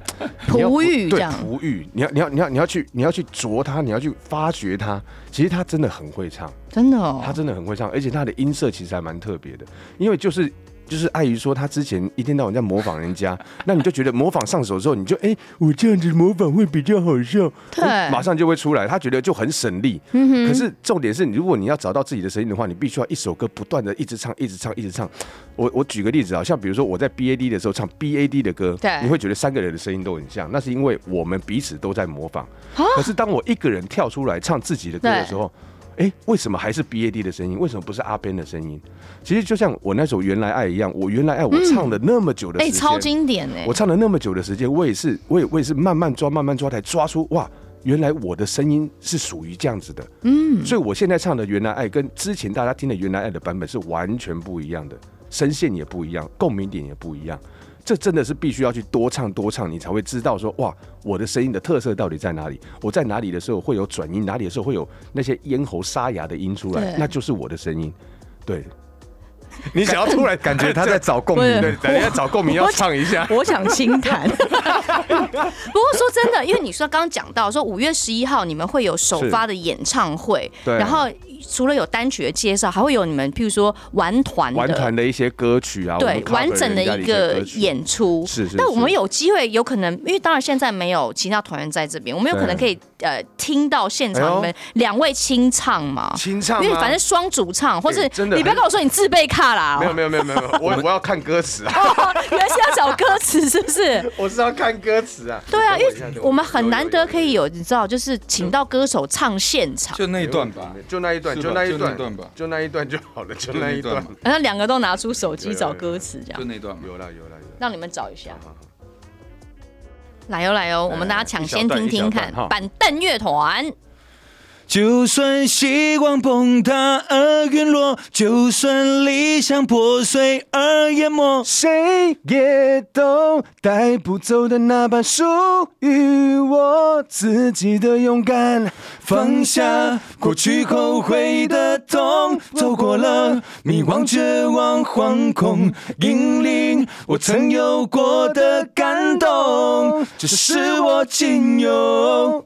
[SPEAKER 7] 你要
[SPEAKER 6] 璞玉这
[SPEAKER 7] 对
[SPEAKER 6] 样，
[SPEAKER 7] 璞玉，你要你要你要你要去你要去啄它，你要去发掘它。其实他真的很会唱，
[SPEAKER 6] 真的哦
[SPEAKER 7] 他，真的很会唱，而且他的音色其实还蛮特别的，因为就是。就是碍于说他之前一天到晚在模仿人家，那你就觉得模仿上手之后，你就哎、我这样子模仿会比较好笑，
[SPEAKER 6] 对嗯
[SPEAKER 7] 哎马上就会出来。他觉得就很省力，可是重点是你，如果你要找到自己的声音的话，你必须要一首歌不断的一直唱，一直唱，一直唱。我我举个例子啊，像比如说我在 BAD 的时候唱 BAD 的歌，
[SPEAKER 6] 对
[SPEAKER 7] 你会觉得三个人的声音都很像，那是因为我们彼此都在模仿。可是当我一个人跳出来唱自己的歌的时候，哎，为什么还是 BAD 的声音？为什么不是阿 Ben 的声音？其实就像我那首《原来爱》一样，我《原来爱》我唱了那么久的时
[SPEAKER 6] 哎，
[SPEAKER 7] 间，
[SPEAKER 6] 超经典哎
[SPEAKER 7] 我，唱了那么久的时间，我也是，我也我也是慢慢抓，慢慢抓，才抓出哇，原来我的声音是属于这样子的。嗯，所以我现在唱的《原来爱》跟之前大家听的《原来爱》的版本是完全不一样的，声线也不一样，共鸣点也不一样。这真的是必须要去多唱多唱，你才会知道说哇，我的声音的特色到底在哪里？我在哪里的时候会有转音，哪里的时候会有那些咽喉沙哑的音出来
[SPEAKER 6] 对，
[SPEAKER 7] 那就是我的声音。对，你想要突然
[SPEAKER 5] 感觉他在找共
[SPEAKER 6] 不
[SPEAKER 5] 鸣。
[SPEAKER 6] 是
[SPEAKER 7] 对，等一下找共鸣要唱一下。
[SPEAKER 6] 我想清 <laughs> 谈。不过说真的，因为你说刚刚讲到说五月十一号你们会有首发的演唱会，
[SPEAKER 7] 对
[SPEAKER 6] 然后除了有单曲的介绍，还会有你们譬如说玩团的。
[SPEAKER 7] 玩团的一些歌曲啊，我
[SPEAKER 6] 对
[SPEAKER 7] 们 cover
[SPEAKER 6] 完整的
[SPEAKER 7] 人家
[SPEAKER 6] 一
[SPEAKER 7] 一
[SPEAKER 6] 个
[SPEAKER 7] 歌曲，
[SPEAKER 6] 演出，
[SPEAKER 7] 是是是
[SPEAKER 6] 但我们有机会，有可能，因为当然现在没有其他团员在这边，我们有可能可以呃听到现
[SPEAKER 7] 哎
[SPEAKER 6] 场
[SPEAKER 7] 呦
[SPEAKER 6] 你们两位清唱嘛，
[SPEAKER 7] 清唱吗
[SPEAKER 6] 因为反正双主唱，或是
[SPEAKER 7] 对真的
[SPEAKER 6] 你不要跟我说你自备卡啦，
[SPEAKER 7] 没有没有没有没有，我我要看歌词啊，
[SPEAKER 6] 哦， <laughs> 原来是要找歌词是不是？
[SPEAKER 7] 我是要看歌词啊。
[SPEAKER 6] 对啊，因
[SPEAKER 7] 等一下
[SPEAKER 6] 为我们很难得可以有，你知道，就是请到歌手唱现场，
[SPEAKER 8] 就那一段吧。
[SPEAKER 7] 就那一段，
[SPEAKER 8] 是吧
[SPEAKER 7] 就那一
[SPEAKER 8] 就那一段吧
[SPEAKER 7] 段，就那一段就好了，就那一段
[SPEAKER 8] 就。
[SPEAKER 6] 然后两个都拿出手机找歌词，这
[SPEAKER 8] 就
[SPEAKER 6] 样
[SPEAKER 8] 那一段嘛，
[SPEAKER 7] 有啦有啦有啦。
[SPEAKER 6] 让你们找一下
[SPEAKER 7] 好好。哎
[SPEAKER 6] 来哦来哦，我们大家抢先听听
[SPEAKER 7] 一
[SPEAKER 6] 看
[SPEAKER 7] 小段哈
[SPEAKER 6] 板凳乐团，
[SPEAKER 5] 就算希望崩塌而陨落，就算理想破碎而淹没，
[SPEAKER 7] 谁也都带不走的那把属于我自己的勇敢，
[SPEAKER 5] 放下过去后悔的痛，走过了迷惘、绝望、惶恐，引领我曾有过的感动，这是我仅有。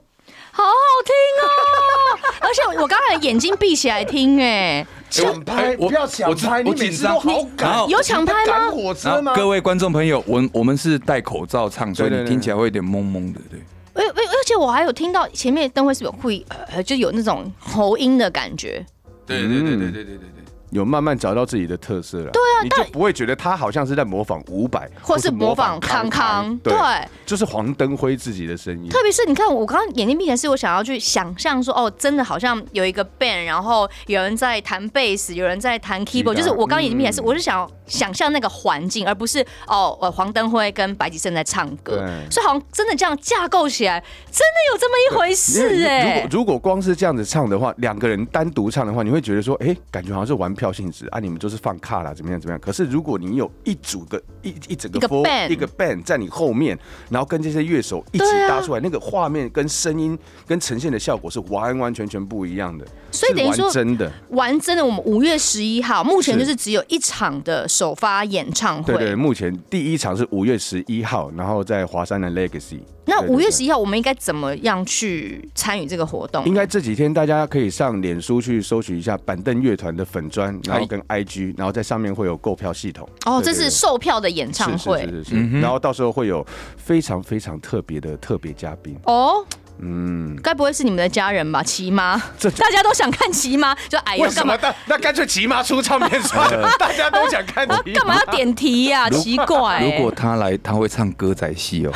[SPEAKER 6] 好好听哦！ <laughs> 而且我刚才眼睛闭起来听，哎，
[SPEAKER 7] 抢拍，
[SPEAKER 8] 哎我
[SPEAKER 7] 不要抢
[SPEAKER 8] 我知
[SPEAKER 7] 拍，你
[SPEAKER 8] 我
[SPEAKER 7] 每
[SPEAKER 8] 紧
[SPEAKER 7] 次
[SPEAKER 8] 张
[SPEAKER 7] 都好
[SPEAKER 8] 然
[SPEAKER 7] 赶
[SPEAKER 8] 后，
[SPEAKER 6] 有抢拍
[SPEAKER 7] 你在赶
[SPEAKER 6] 吗？
[SPEAKER 7] 火车
[SPEAKER 8] 然
[SPEAKER 7] 吗
[SPEAKER 8] 后？各位观众朋友，我我们是戴口罩唱，所以
[SPEAKER 7] 对对
[SPEAKER 8] 你
[SPEAKER 7] 对
[SPEAKER 8] 听起来会有点懵懵的，对。
[SPEAKER 6] 而而而且我还有听到前面灯会是有会呃，就有那种喉音的感觉，
[SPEAKER 8] 对
[SPEAKER 7] 对
[SPEAKER 8] 对
[SPEAKER 7] 对
[SPEAKER 8] 对对对。
[SPEAKER 7] 有慢慢找到自己的特色了。对啊，你就不会觉得他好像是在模仿伍佰，
[SPEAKER 6] 或是模仿康康，
[SPEAKER 7] 对
[SPEAKER 6] 对。，
[SPEAKER 7] 就是黄登辉自己的声音。
[SPEAKER 6] 特别是你看，我刚刚眼睛闭起来，是我想要去想象说，哦，真的好像有一个 band，然后有人在弹贝斯，有人在弹 keyboard，
[SPEAKER 7] 他
[SPEAKER 6] 就是我刚刚眼睛闭起来
[SPEAKER 7] 嗯
[SPEAKER 6] 是，我是想要想象那个环境，而不是哦，呃，黄登辉跟白吉胜在唱歌，
[SPEAKER 7] 对
[SPEAKER 6] 所以好像真的这样架构起来，真的有这么一回事哎、
[SPEAKER 7] 如果如果光是这样子唱的话，两个人单独唱的话，你会觉得说，哎、感觉好像是玩票性质啊，你们就是放卡啦，怎么样怎么样。可是如果你有一组个一一整个
[SPEAKER 6] 一个
[SPEAKER 7] full-
[SPEAKER 6] band
[SPEAKER 7] 一个 band 在你后面，然后跟这些乐手一起
[SPEAKER 6] 对啊
[SPEAKER 7] 搭出来，那个画面跟声音跟呈现的效果是完完全全不一样的，
[SPEAKER 6] 所以等于
[SPEAKER 7] 是
[SPEAKER 6] 说
[SPEAKER 7] 完真的。
[SPEAKER 6] 完真的，我们五月十一号，目前
[SPEAKER 7] 是
[SPEAKER 6] 就是只有一场的首发演唱会。
[SPEAKER 7] 对对，目前第一场是五月十一号，然后在华山的 Legacy。
[SPEAKER 6] 那
[SPEAKER 7] 对对
[SPEAKER 6] 五月
[SPEAKER 7] 对
[SPEAKER 6] 十一号，我们应该怎么样去参与这个活动？
[SPEAKER 7] 应该这几天大家可以上脸书去搜取一下板凳乐团的粉砖，然后跟 IG，然后在上面会有购票系统。
[SPEAKER 6] 哎哦，这
[SPEAKER 7] 对对
[SPEAKER 6] 是售票的演唱
[SPEAKER 7] 是
[SPEAKER 6] 会
[SPEAKER 7] 是是是是，然后到时候会有非常非常特别的特别嘉宾。
[SPEAKER 6] 哦。嗯，该不会是你们的家人吧？骑妈，大家都想看骑妈，就哎呦，干嘛哦
[SPEAKER 7] 那那干脆骑马出唱片算了，大家都想
[SPEAKER 6] <laughs>
[SPEAKER 7] 看骑
[SPEAKER 6] 干嘛要点题呀、奇怪、
[SPEAKER 8] 如果
[SPEAKER 6] 欸。
[SPEAKER 8] 他来，他会唱歌仔戏哦。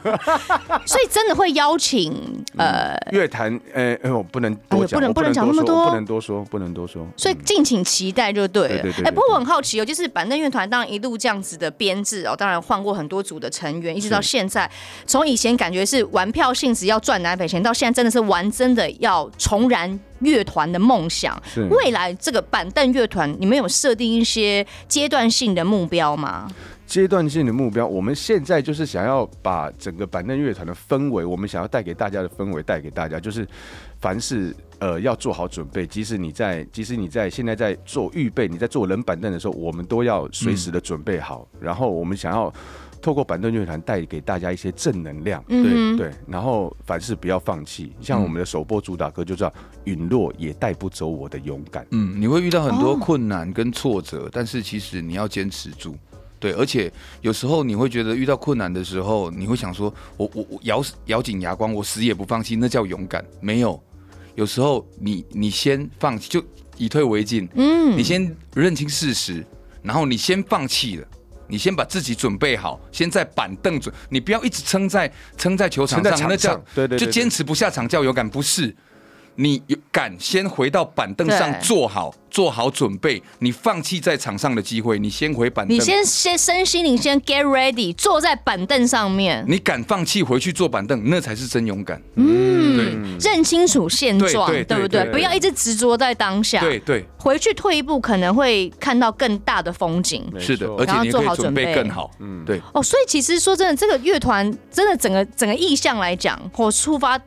[SPEAKER 6] <laughs> 所以真的会邀请呃，
[SPEAKER 7] 乐坛，呃，哎我不能多讲，
[SPEAKER 6] 哎呦
[SPEAKER 7] 我
[SPEAKER 6] 不能不
[SPEAKER 7] 不能
[SPEAKER 6] 能讲那么多
[SPEAKER 7] 说我不能多说，不能多说。
[SPEAKER 6] 所以敬请期待就对了。
[SPEAKER 7] 对对对对
[SPEAKER 6] 哎，不过我很好奇哦，就是板凳乐团当然一路这样子的编制哦，当然换过很多组的成员，一直到现在，从以前感觉是玩票性质要赚奶粉钱，到现在真的是玩真的要重燃乐团的梦想
[SPEAKER 7] 是。
[SPEAKER 6] 未来这个板凳乐团，你们有设定一些阶段性的目标吗？
[SPEAKER 7] 阶段性的目标，我们现在就是想要把整个板凳乐团的氛围，我们想要带给大家的氛围带给大家，就是凡是呃要做好准备，即使你在即使你在现在在做预备，你在做冷板凳的时候，我们都要随时的准备好。然后我们想要透过板凳乐团带给大家一些正能量，
[SPEAKER 6] 嗯哼，
[SPEAKER 7] 对，然后凡事不要放弃。像我们的首播主打歌就叫“陨落也带不走我的勇敢
[SPEAKER 8] 嗯，你会遇到很
[SPEAKER 6] 哦
[SPEAKER 8] 多困难跟挫折，但是其实你要坚持住。对，而且有时候你会觉得遇到困难的时候，你会想说，我我我咬死咬紧牙关，我死也不放弃，那叫勇敢。没有，有时候你你先放弃，就以退为进。
[SPEAKER 6] 嗯
[SPEAKER 8] 你先认清事实，然后你先放弃了，你先把自己准备好，先在板凳准，你不要一直撑在撑在球场
[SPEAKER 7] 撑在
[SPEAKER 8] 上，
[SPEAKER 7] 场
[SPEAKER 8] 那叫
[SPEAKER 7] 上对对对
[SPEAKER 8] 就
[SPEAKER 7] 对
[SPEAKER 8] 坚持不下场叫有感，不是。你有敢先回到板凳上
[SPEAKER 6] 对
[SPEAKER 8] 坐好，做好准备。你放弃在场上的机会，你先回板凳。
[SPEAKER 6] 你先先身心灵先 get ready，坐在板凳上面，
[SPEAKER 8] 你敢放弃回去坐板凳，那才是真勇敢。
[SPEAKER 6] 嗯，认清楚现状，
[SPEAKER 8] 对对
[SPEAKER 6] 对不
[SPEAKER 8] 对
[SPEAKER 6] 对？
[SPEAKER 8] 对
[SPEAKER 6] 不要一直执着在当下，
[SPEAKER 8] 对对，
[SPEAKER 6] 回去退一步可能会看到更大的风景。
[SPEAKER 7] 没
[SPEAKER 8] 是的，
[SPEAKER 7] 错
[SPEAKER 8] 而且你也可
[SPEAKER 6] 然后做好
[SPEAKER 8] 以准备
[SPEAKER 6] 准备
[SPEAKER 8] 更好。嗯，对。
[SPEAKER 6] 哦，所以其实说真的，这个乐团真的整个整个意向来讲，或出发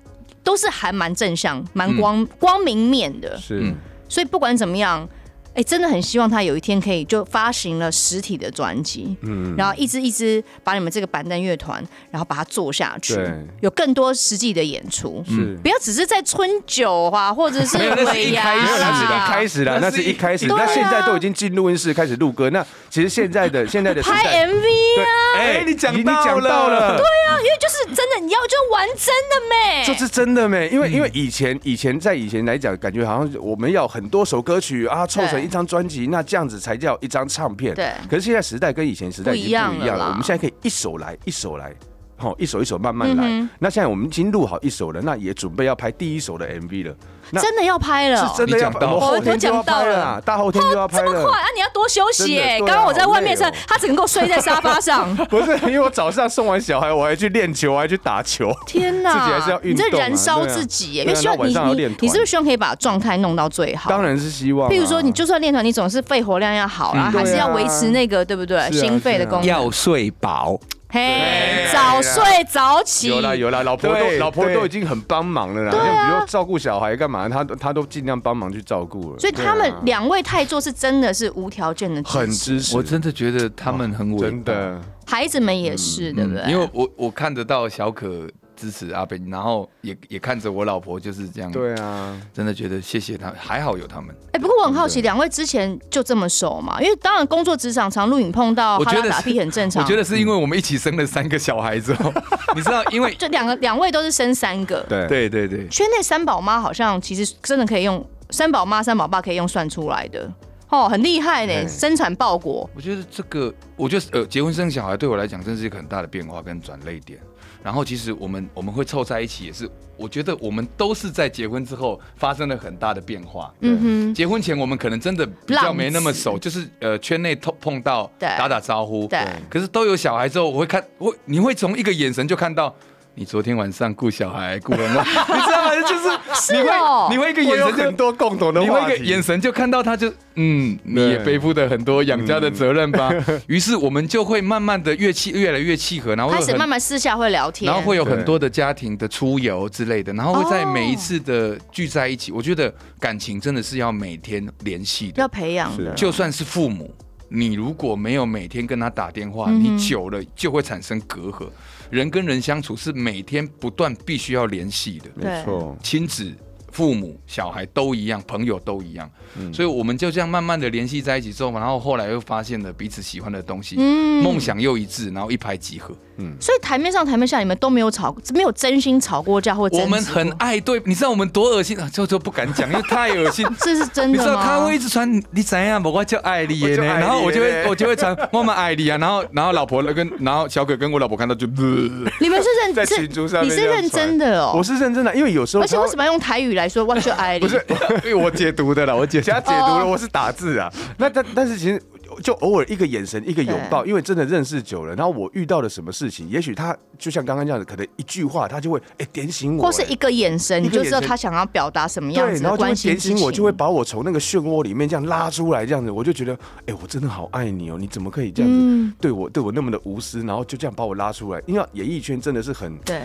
[SPEAKER 6] 都是还蛮正向、蛮光、光明面的”。。
[SPEAKER 7] 是。
[SPEAKER 8] 嗯
[SPEAKER 6] 所以不管怎么样，哎、真的很希望他有一天可以就发行了实体的专辑，嗯，然后一支一支把你们这个板凳乐团，然后把它做下去
[SPEAKER 7] 对，
[SPEAKER 6] 有更多实际的演出，
[SPEAKER 7] 是
[SPEAKER 6] 不要只是在春酒啊，或者是
[SPEAKER 8] 没有那是
[SPEAKER 6] 尾
[SPEAKER 8] 一
[SPEAKER 6] 牙
[SPEAKER 8] 开始
[SPEAKER 7] 没有，那是一
[SPEAKER 8] 啊
[SPEAKER 6] 啦
[SPEAKER 7] 开始啦，那
[SPEAKER 8] 那
[SPEAKER 7] 是
[SPEAKER 8] 是
[SPEAKER 7] 一
[SPEAKER 8] 一
[SPEAKER 7] 开始。
[SPEAKER 6] 对啊
[SPEAKER 7] 那现在都已经进录音室开始录歌，那其实现在的现在的时代
[SPEAKER 6] 拍 MV
[SPEAKER 7] 对
[SPEAKER 6] 啊，，
[SPEAKER 7] 哎，
[SPEAKER 8] 你讲
[SPEAKER 7] 你
[SPEAKER 8] 到
[SPEAKER 7] 讲到
[SPEAKER 8] 了
[SPEAKER 7] 了，
[SPEAKER 6] 因为就是真的，你要就玩真的咩？
[SPEAKER 7] 这是真的没，因
[SPEAKER 8] 嗯
[SPEAKER 7] 为因为以前以前在以前来讲，感觉好像我们要很多首歌曲啊，凑成一张专辑，那这样子才叫一张唱片。
[SPEAKER 6] 对
[SPEAKER 7] 可是现在时代跟以前时代已经不一样
[SPEAKER 6] 不一样了
[SPEAKER 7] 了，
[SPEAKER 6] 啦
[SPEAKER 7] 我们现在可以一首来一首来。好，一首一首慢慢来。
[SPEAKER 6] 嗯
[SPEAKER 7] 那现在我们已经录好一首了，那也准备要拍第一首的 MV 了。那
[SPEAKER 6] 真的要拍了哦、
[SPEAKER 7] 是真的要
[SPEAKER 8] 你讲到了
[SPEAKER 7] 我们后天就要拍了
[SPEAKER 6] 我都讲到了
[SPEAKER 7] 啦，大后天就要拍
[SPEAKER 6] 这么
[SPEAKER 7] 了
[SPEAKER 6] 快。啊！你要多休息哎、
[SPEAKER 7] 真的对
[SPEAKER 6] 刚
[SPEAKER 7] 啊
[SPEAKER 6] 刚我在外面
[SPEAKER 7] 好
[SPEAKER 6] 上
[SPEAKER 7] 累哦，
[SPEAKER 6] 他整个给我睡在沙发上。
[SPEAKER 7] 不是，因为我早上送完小孩，我还去练球，我还去打球。
[SPEAKER 6] 天呐，
[SPEAKER 7] 自己还是要运
[SPEAKER 6] 你这
[SPEAKER 7] 动啊
[SPEAKER 6] 燃烧
[SPEAKER 7] 对啊
[SPEAKER 6] 自己耶，因
[SPEAKER 7] 对啊
[SPEAKER 6] 为希望
[SPEAKER 7] 那晚上还要
[SPEAKER 6] 你
[SPEAKER 7] 练
[SPEAKER 6] 你
[SPEAKER 7] 团
[SPEAKER 6] 你是不是希望可以把状态弄到最好？
[SPEAKER 7] 当。然是希望啊。
[SPEAKER 6] 譬如说，你就算练团，你总是肺活量要好，然后还是要维持那个，对不对？
[SPEAKER 7] 嗯啊是啊
[SPEAKER 6] 心肺的功能。
[SPEAKER 8] 要睡饱，
[SPEAKER 6] 嘿
[SPEAKER 7] 对，啊
[SPEAKER 6] 早睡早起。
[SPEAKER 7] 有啦有啦，老婆都
[SPEAKER 8] 对
[SPEAKER 7] 老婆
[SPEAKER 8] 对
[SPEAKER 7] 都已经很帮忙了啦，
[SPEAKER 6] 对啊
[SPEAKER 7] 像比如说照顾小孩干嘛，她都她都尽量帮忙去照顾了。
[SPEAKER 6] 所以他们
[SPEAKER 7] 对啊
[SPEAKER 6] 两位太座是真的是无条件的支持
[SPEAKER 7] 很支持，
[SPEAKER 8] 我真的觉得他们很伟大。
[SPEAKER 7] 哦真的
[SPEAKER 6] 孩子们也是，对不对？
[SPEAKER 8] 嗯因为我我看得到小可支持阿北，然后也也看着我老婆就是这样，，
[SPEAKER 7] 对啊，
[SPEAKER 8] 真的觉得谢谢他，还好有他们。
[SPEAKER 6] 哎，不过我很好奇，两位之前就这么熟嘛？因为当然工作职场常录影碰到
[SPEAKER 8] 我
[SPEAKER 6] 哈
[SPEAKER 8] 觉
[SPEAKER 6] 拉
[SPEAKER 8] 得
[SPEAKER 6] 打
[SPEAKER 8] 是
[SPEAKER 6] 屁很正常。
[SPEAKER 8] 我觉得是因为我们一起生了三个小孩之
[SPEAKER 7] <laughs>
[SPEAKER 8] 后，你知道，因为
[SPEAKER 6] 就两个两位都是生三个，
[SPEAKER 7] 对
[SPEAKER 8] 对对对，
[SPEAKER 6] 圈内三宝妈好像其实真的可以用三宝妈、三宝爸可以用算出来的哦，很厉害
[SPEAKER 7] 嗯
[SPEAKER 6] 呢，生产报国。
[SPEAKER 8] 我觉得这个，我觉得呃，结婚生小孩对我来讲，真是一个很大的变化跟转泪点。然后其实我们我们会凑在一起，也是我觉得我们都是在结婚之后发生了很大的变化。
[SPEAKER 6] 嗯
[SPEAKER 8] 结婚前我们可能真的比较没那么熟，就是呃圈内碰碰到
[SPEAKER 6] 对
[SPEAKER 8] 打打招呼，
[SPEAKER 6] 对
[SPEAKER 8] 可是都有小孩之后，我会看我你会从一个眼神就看到。你昨天晚上顾小孩顾文
[SPEAKER 6] <laughs>
[SPEAKER 8] 了，你知道吗？就是
[SPEAKER 6] 是
[SPEAKER 8] 你
[SPEAKER 6] 哦
[SPEAKER 8] 会你会一个眼
[SPEAKER 7] 我有
[SPEAKER 8] 神就
[SPEAKER 7] 很多共同的
[SPEAKER 8] 你
[SPEAKER 7] 话
[SPEAKER 8] 会一个
[SPEAKER 7] 题
[SPEAKER 8] 眼。神就看到他就嗯，你也背负的很多养家的责任吧。 <laughs> 于是我们就会慢慢的越契越来越契合，然后
[SPEAKER 6] 哼，嗯
[SPEAKER 8] 会
[SPEAKER 6] 开
[SPEAKER 8] 有
[SPEAKER 6] 始
[SPEAKER 8] 很
[SPEAKER 6] 慢慢私下会聊天，
[SPEAKER 8] 然后会有
[SPEAKER 7] 对
[SPEAKER 8] 很多的家庭的出游之类的，然后会在每一次的聚在一起。我觉得感情真的是要每天联系
[SPEAKER 6] 哦要
[SPEAKER 8] 的，
[SPEAKER 6] 培养
[SPEAKER 7] 啊
[SPEAKER 6] 的，
[SPEAKER 8] 就算是父母。你如果没有每天跟他打电
[SPEAKER 6] 嗯
[SPEAKER 8] 话，你久了就会产生隔阂。人跟人相处是每天不断必须要联系的，
[SPEAKER 7] 没错，
[SPEAKER 8] 亲子、父母、小孩都一样，朋友都一样，所以我们就这样慢慢的联系在一起之后，然后后来又发现了彼此喜欢的东西，
[SPEAKER 6] 嗯
[SPEAKER 8] 梦、想又一致，然后一拍即合。
[SPEAKER 6] 所以台面上台面下你们都没有吵，没有真心吵过架或争执
[SPEAKER 8] 我
[SPEAKER 6] 过
[SPEAKER 8] 们很爱对，你知道我们多恶心啊，就就不敢讲，因为太恶心。
[SPEAKER 6] 这是 <laughs> 真
[SPEAKER 8] 你
[SPEAKER 7] <laughs>
[SPEAKER 8] 知
[SPEAKER 6] 的
[SPEAKER 8] 道
[SPEAKER 6] 吗？
[SPEAKER 8] 他会一直传，你怎样？我叫艾丽耶呢，
[SPEAKER 7] 我叫艾丽耶
[SPEAKER 8] 然后我就会我就会传我们艾丽啊，然后然后老婆跟然后小可跟我老婆看到就， <laughs>
[SPEAKER 6] 你们是认
[SPEAKER 7] 在
[SPEAKER 6] 是
[SPEAKER 7] 群组上面
[SPEAKER 6] 你是
[SPEAKER 7] 这样
[SPEAKER 6] 认
[SPEAKER 7] 传
[SPEAKER 6] 真的哦
[SPEAKER 7] 我。是认真的，因为有时候
[SPEAKER 6] 而且
[SPEAKER 7] 他
[SPEAKER 6] 为什么要用台语来说 <laughs> “What's your i d
[SPEAKER 7] 不是，因为我解读的啦，我解他解读了，我是打字啊。那但但是其实就偶尔一个眼神，一个拥抱，因为真的认识久了，然后我遇到了什么事情，也许他就像刚刚这样子，可能一句话他就会哎、点醒我，
[SPEAKER 6] 或是一个眼神，
[SPEAKER 7] 一
[SPEAKER 6] 你
[SPEAKER 7] 个眼神
[SPEAKER 6] 就知道他想要表达什么样
[SPEAKER 7] 对，
[SPEAKER 6] 子
[SPEAKER 7] 然
[SPEAKER 6] 的
[SPEAKER 7] 后就会
[SPEAKER 6] 关心
[SPEAKER 7] 点
[SPEAKER 6] 之
[SPEAKER 7] 醒我，
[SPEAKER 6] 情
[SPEAKER 7] 就会把我从那个漩涡里面这样拉出来，这样子，我就觉得，哎、我真的好爱你哦，你怎么可以这样子、
[SPEAKER 6] 嗯
[SPEAKER 7] 对我对我那么的无私，然后就这样把我拉出来？因为演艺圈真的是很
[SPEAKER 6] 对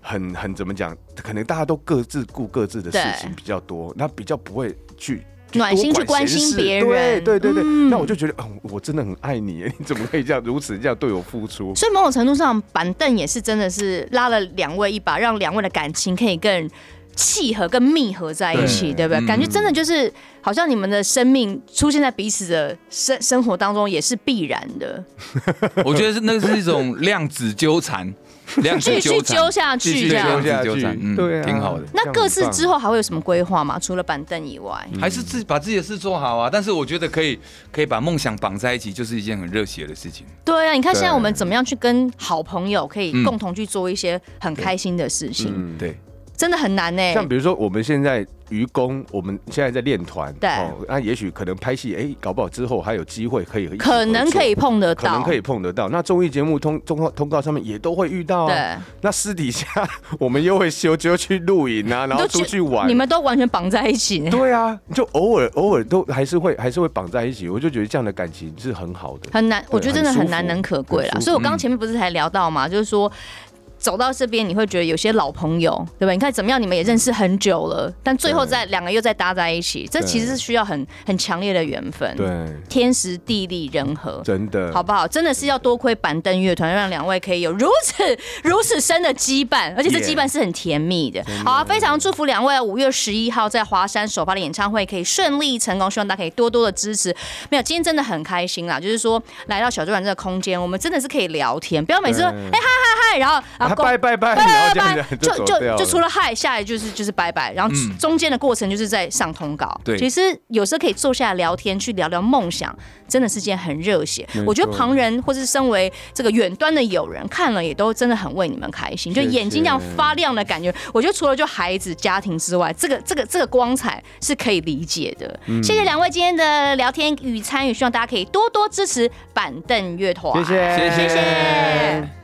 [SPEAKER 7] 很很怎么讲，可能大家都各自顾各自的事情
[SPEAKER 6] 对
[SPEAKER 7] 比较多，那比较不会去。去
[SPEAKER 6] 暖心
[SPEAKER 7] 多
[SPEAKER 6] 去关
[SPEAKER 7] 闲
[SPEAKER 6] 心
[SPEAKER 7] 事
[SPEAKER 6] 别人
[SPEAKER 7] 对对对对，那我就觉得，嗯，我真的很爱你耶， <laughs> 你怎么可以这样如此这样对我付出？
[SPEAKER 6] 所以某种程度上，板凳也是真的是拉了两位一把，让两位的感情可以更契合、更密合在一起，对不对？
[SPEAKER 8] 嗯
[SPEAKER 6] 感觉真的就是好像你们的生命出现在彼此的生生活当中也是必然的，
[SPEAKER 8] 我觉得是那是一种量子纠缠，量子
[SPEAKER 6] 继续
[SPEAKER 8] 纠
[SPEAKER 6] 揪
[SPEAKER 8] 缠。
[SPEAKER 6] 下
[SPEAKER 7] 继续
[SPEAKER 6] 去这样
[SPEAKER 7] 揪
[SPEAKER 8] 量
[SPEAKER 6] 子。
[SPEAKER 7] 下
[SPEAKER 8] 子纠
[SPEAKER 7] 去
[SPEAKER 8] 缠，嗯，
[SPEAKER 7] 对啊
[SPEAKER 8] 挺好的。
[SPEAKER 6] 那各自之
[SPEAKER 7] 后，
[SPEAKER 6] 后还会有什么规划吗？除了板凳以外，
[SPEAKER 7] 嗯
[SPEAKER 8] 还是自己把自己的事做好啊，但是我觉得可以可以把梦想绑在一起，就是一件很热血的事情。
[SPEAKER 6] 对啊，你看现在
[SPEAKER 7] 对
[SPEAKER 6] 我们怎么样去跟好朋友可以
[SPEAKER 8] 嗯
[SPEAKER 6] 共同去做一些很开心的事情，
[SPEAKER 7] 嗯
[SPEAKER 8] 对，
[SPEAKER 6] 真的很难呢、欸
[SPEAKER 7] 像比如说我们现在愚公，我们现在在练团，
[SPEAKER 6] 对
[SPEAKER 7] 哦那也许可能拍戏，哎，搞不好之后还有机会可以一起
[SPEAKER 6] 可能
[SPEAKER 7] 合作
[SPEAKER 6] 可以碰得到，
[SPEAKER 7] 可能可以碰得到。那综艺节目通通告通告上面也都会遇到啊。
[SPEAKER 6] 对。
[SPEAKER 7] 那私底下 <laughs> 我们又会休，就去露营啊，然后
[SPEAKER 6] 都去
[SPEAKER 7] 出去玩
[SPEAKER 6] 你。们都完全绑在一起呢。
[SPEAKER 7] <laughs> 对啊，就偶尔偶尔都还是会还是会绑在一起，我就觉得这样的感情是很好的。
[SPEAKER 6] 很难，我觉得真的
[SPEAKER 7] 很舒
[SPEAKER 6] 很难
[SPEAKER 7] 服
[SPEAKER 6] 能可贵啦。
[SPEAKER 7] 很舒服嗯
[SPEAKER 6] 所以我刚前面不是才聊到嘛，就是说。走到这边，你会觉得有些老朋友，对不对？你看怎么样，你们也认识很久了，但最后再两个又再搭在一起，这
[SPEAKER 7] 对
[SPEAKER 6] 其实是需要很很强烈的缘分，
[SPEAKER 7] 对，
[SPEAKER 6] 天时地利人和，
[SPEAKER 7] 真的。
[SPEAKER 6] 好不好？真的是要多亏板凳乐团，让两位可以有如此如此深的羁绊，而且这羁
[SPEAKER 7] Yeah
[SPEAKER 6] 绊是很甜蜜的。好啊，非常祝福两位五月十一号在华山首发的演唱会可以顺利成功，希望大家可以多多的支持。没有，今天真的很开心啦，啊就是说来到小酒馆这个空间，我们真的是可以聊天，不要每次说哎
[SPEAKER 7] 对
[SPEAKER 6] 嗨嗨嗨，然后
[SPEAKER 7] 啊，
[SPEAKER 6] 公
[SPEAKER 7] 拜拜拜，
[SPEAKER 6] 拜
[SPEAKER 7] 然
[SPEAKER 6] 拜
[SPEAKER 7] 后这样
[SPEAKER 6] 拜拜，
[SPEAKER 7] 子就
[SPEAKER 6] 就
[SPEAKER 7] 走掉
[SPEAKER 6] 就
[SPEAKER 7] 了
[SPEAKER 6] 就除了嗨，下来就是就是拜拜，然后
[SPEAKER 8] 嗯
[SPEAKER 6] 中间的过程就是在上通告。
[SPEAKER 8] 对
[SPEAKER 6] 其实有时候可以坐下来聊天，去聊聊梦想，真的是件很热血
[SPEAKER 7] 没。错
[SPEAKER 6] 我觉得旁人或是身为这个远端的友人看了，也都真的很为你们开心，就
[SPEAKER 7] 谢谢
[SPEAKER 6] 眼睛这样发亮的感觉。我觉得除了就孩子、家庭之外，这个这个这个光彩是可以理解的。
[SPEAKER 7] 嗯
[SPEAKER 6] 谢谢两位今天的聊天与参与，希望大家可以多多支持板凳乐团。
[SPEAKER 7] 谢谢
[SPEAKER 6] 谢
[SPEAKER 8] 谢
[SPEAKER 6] 谢。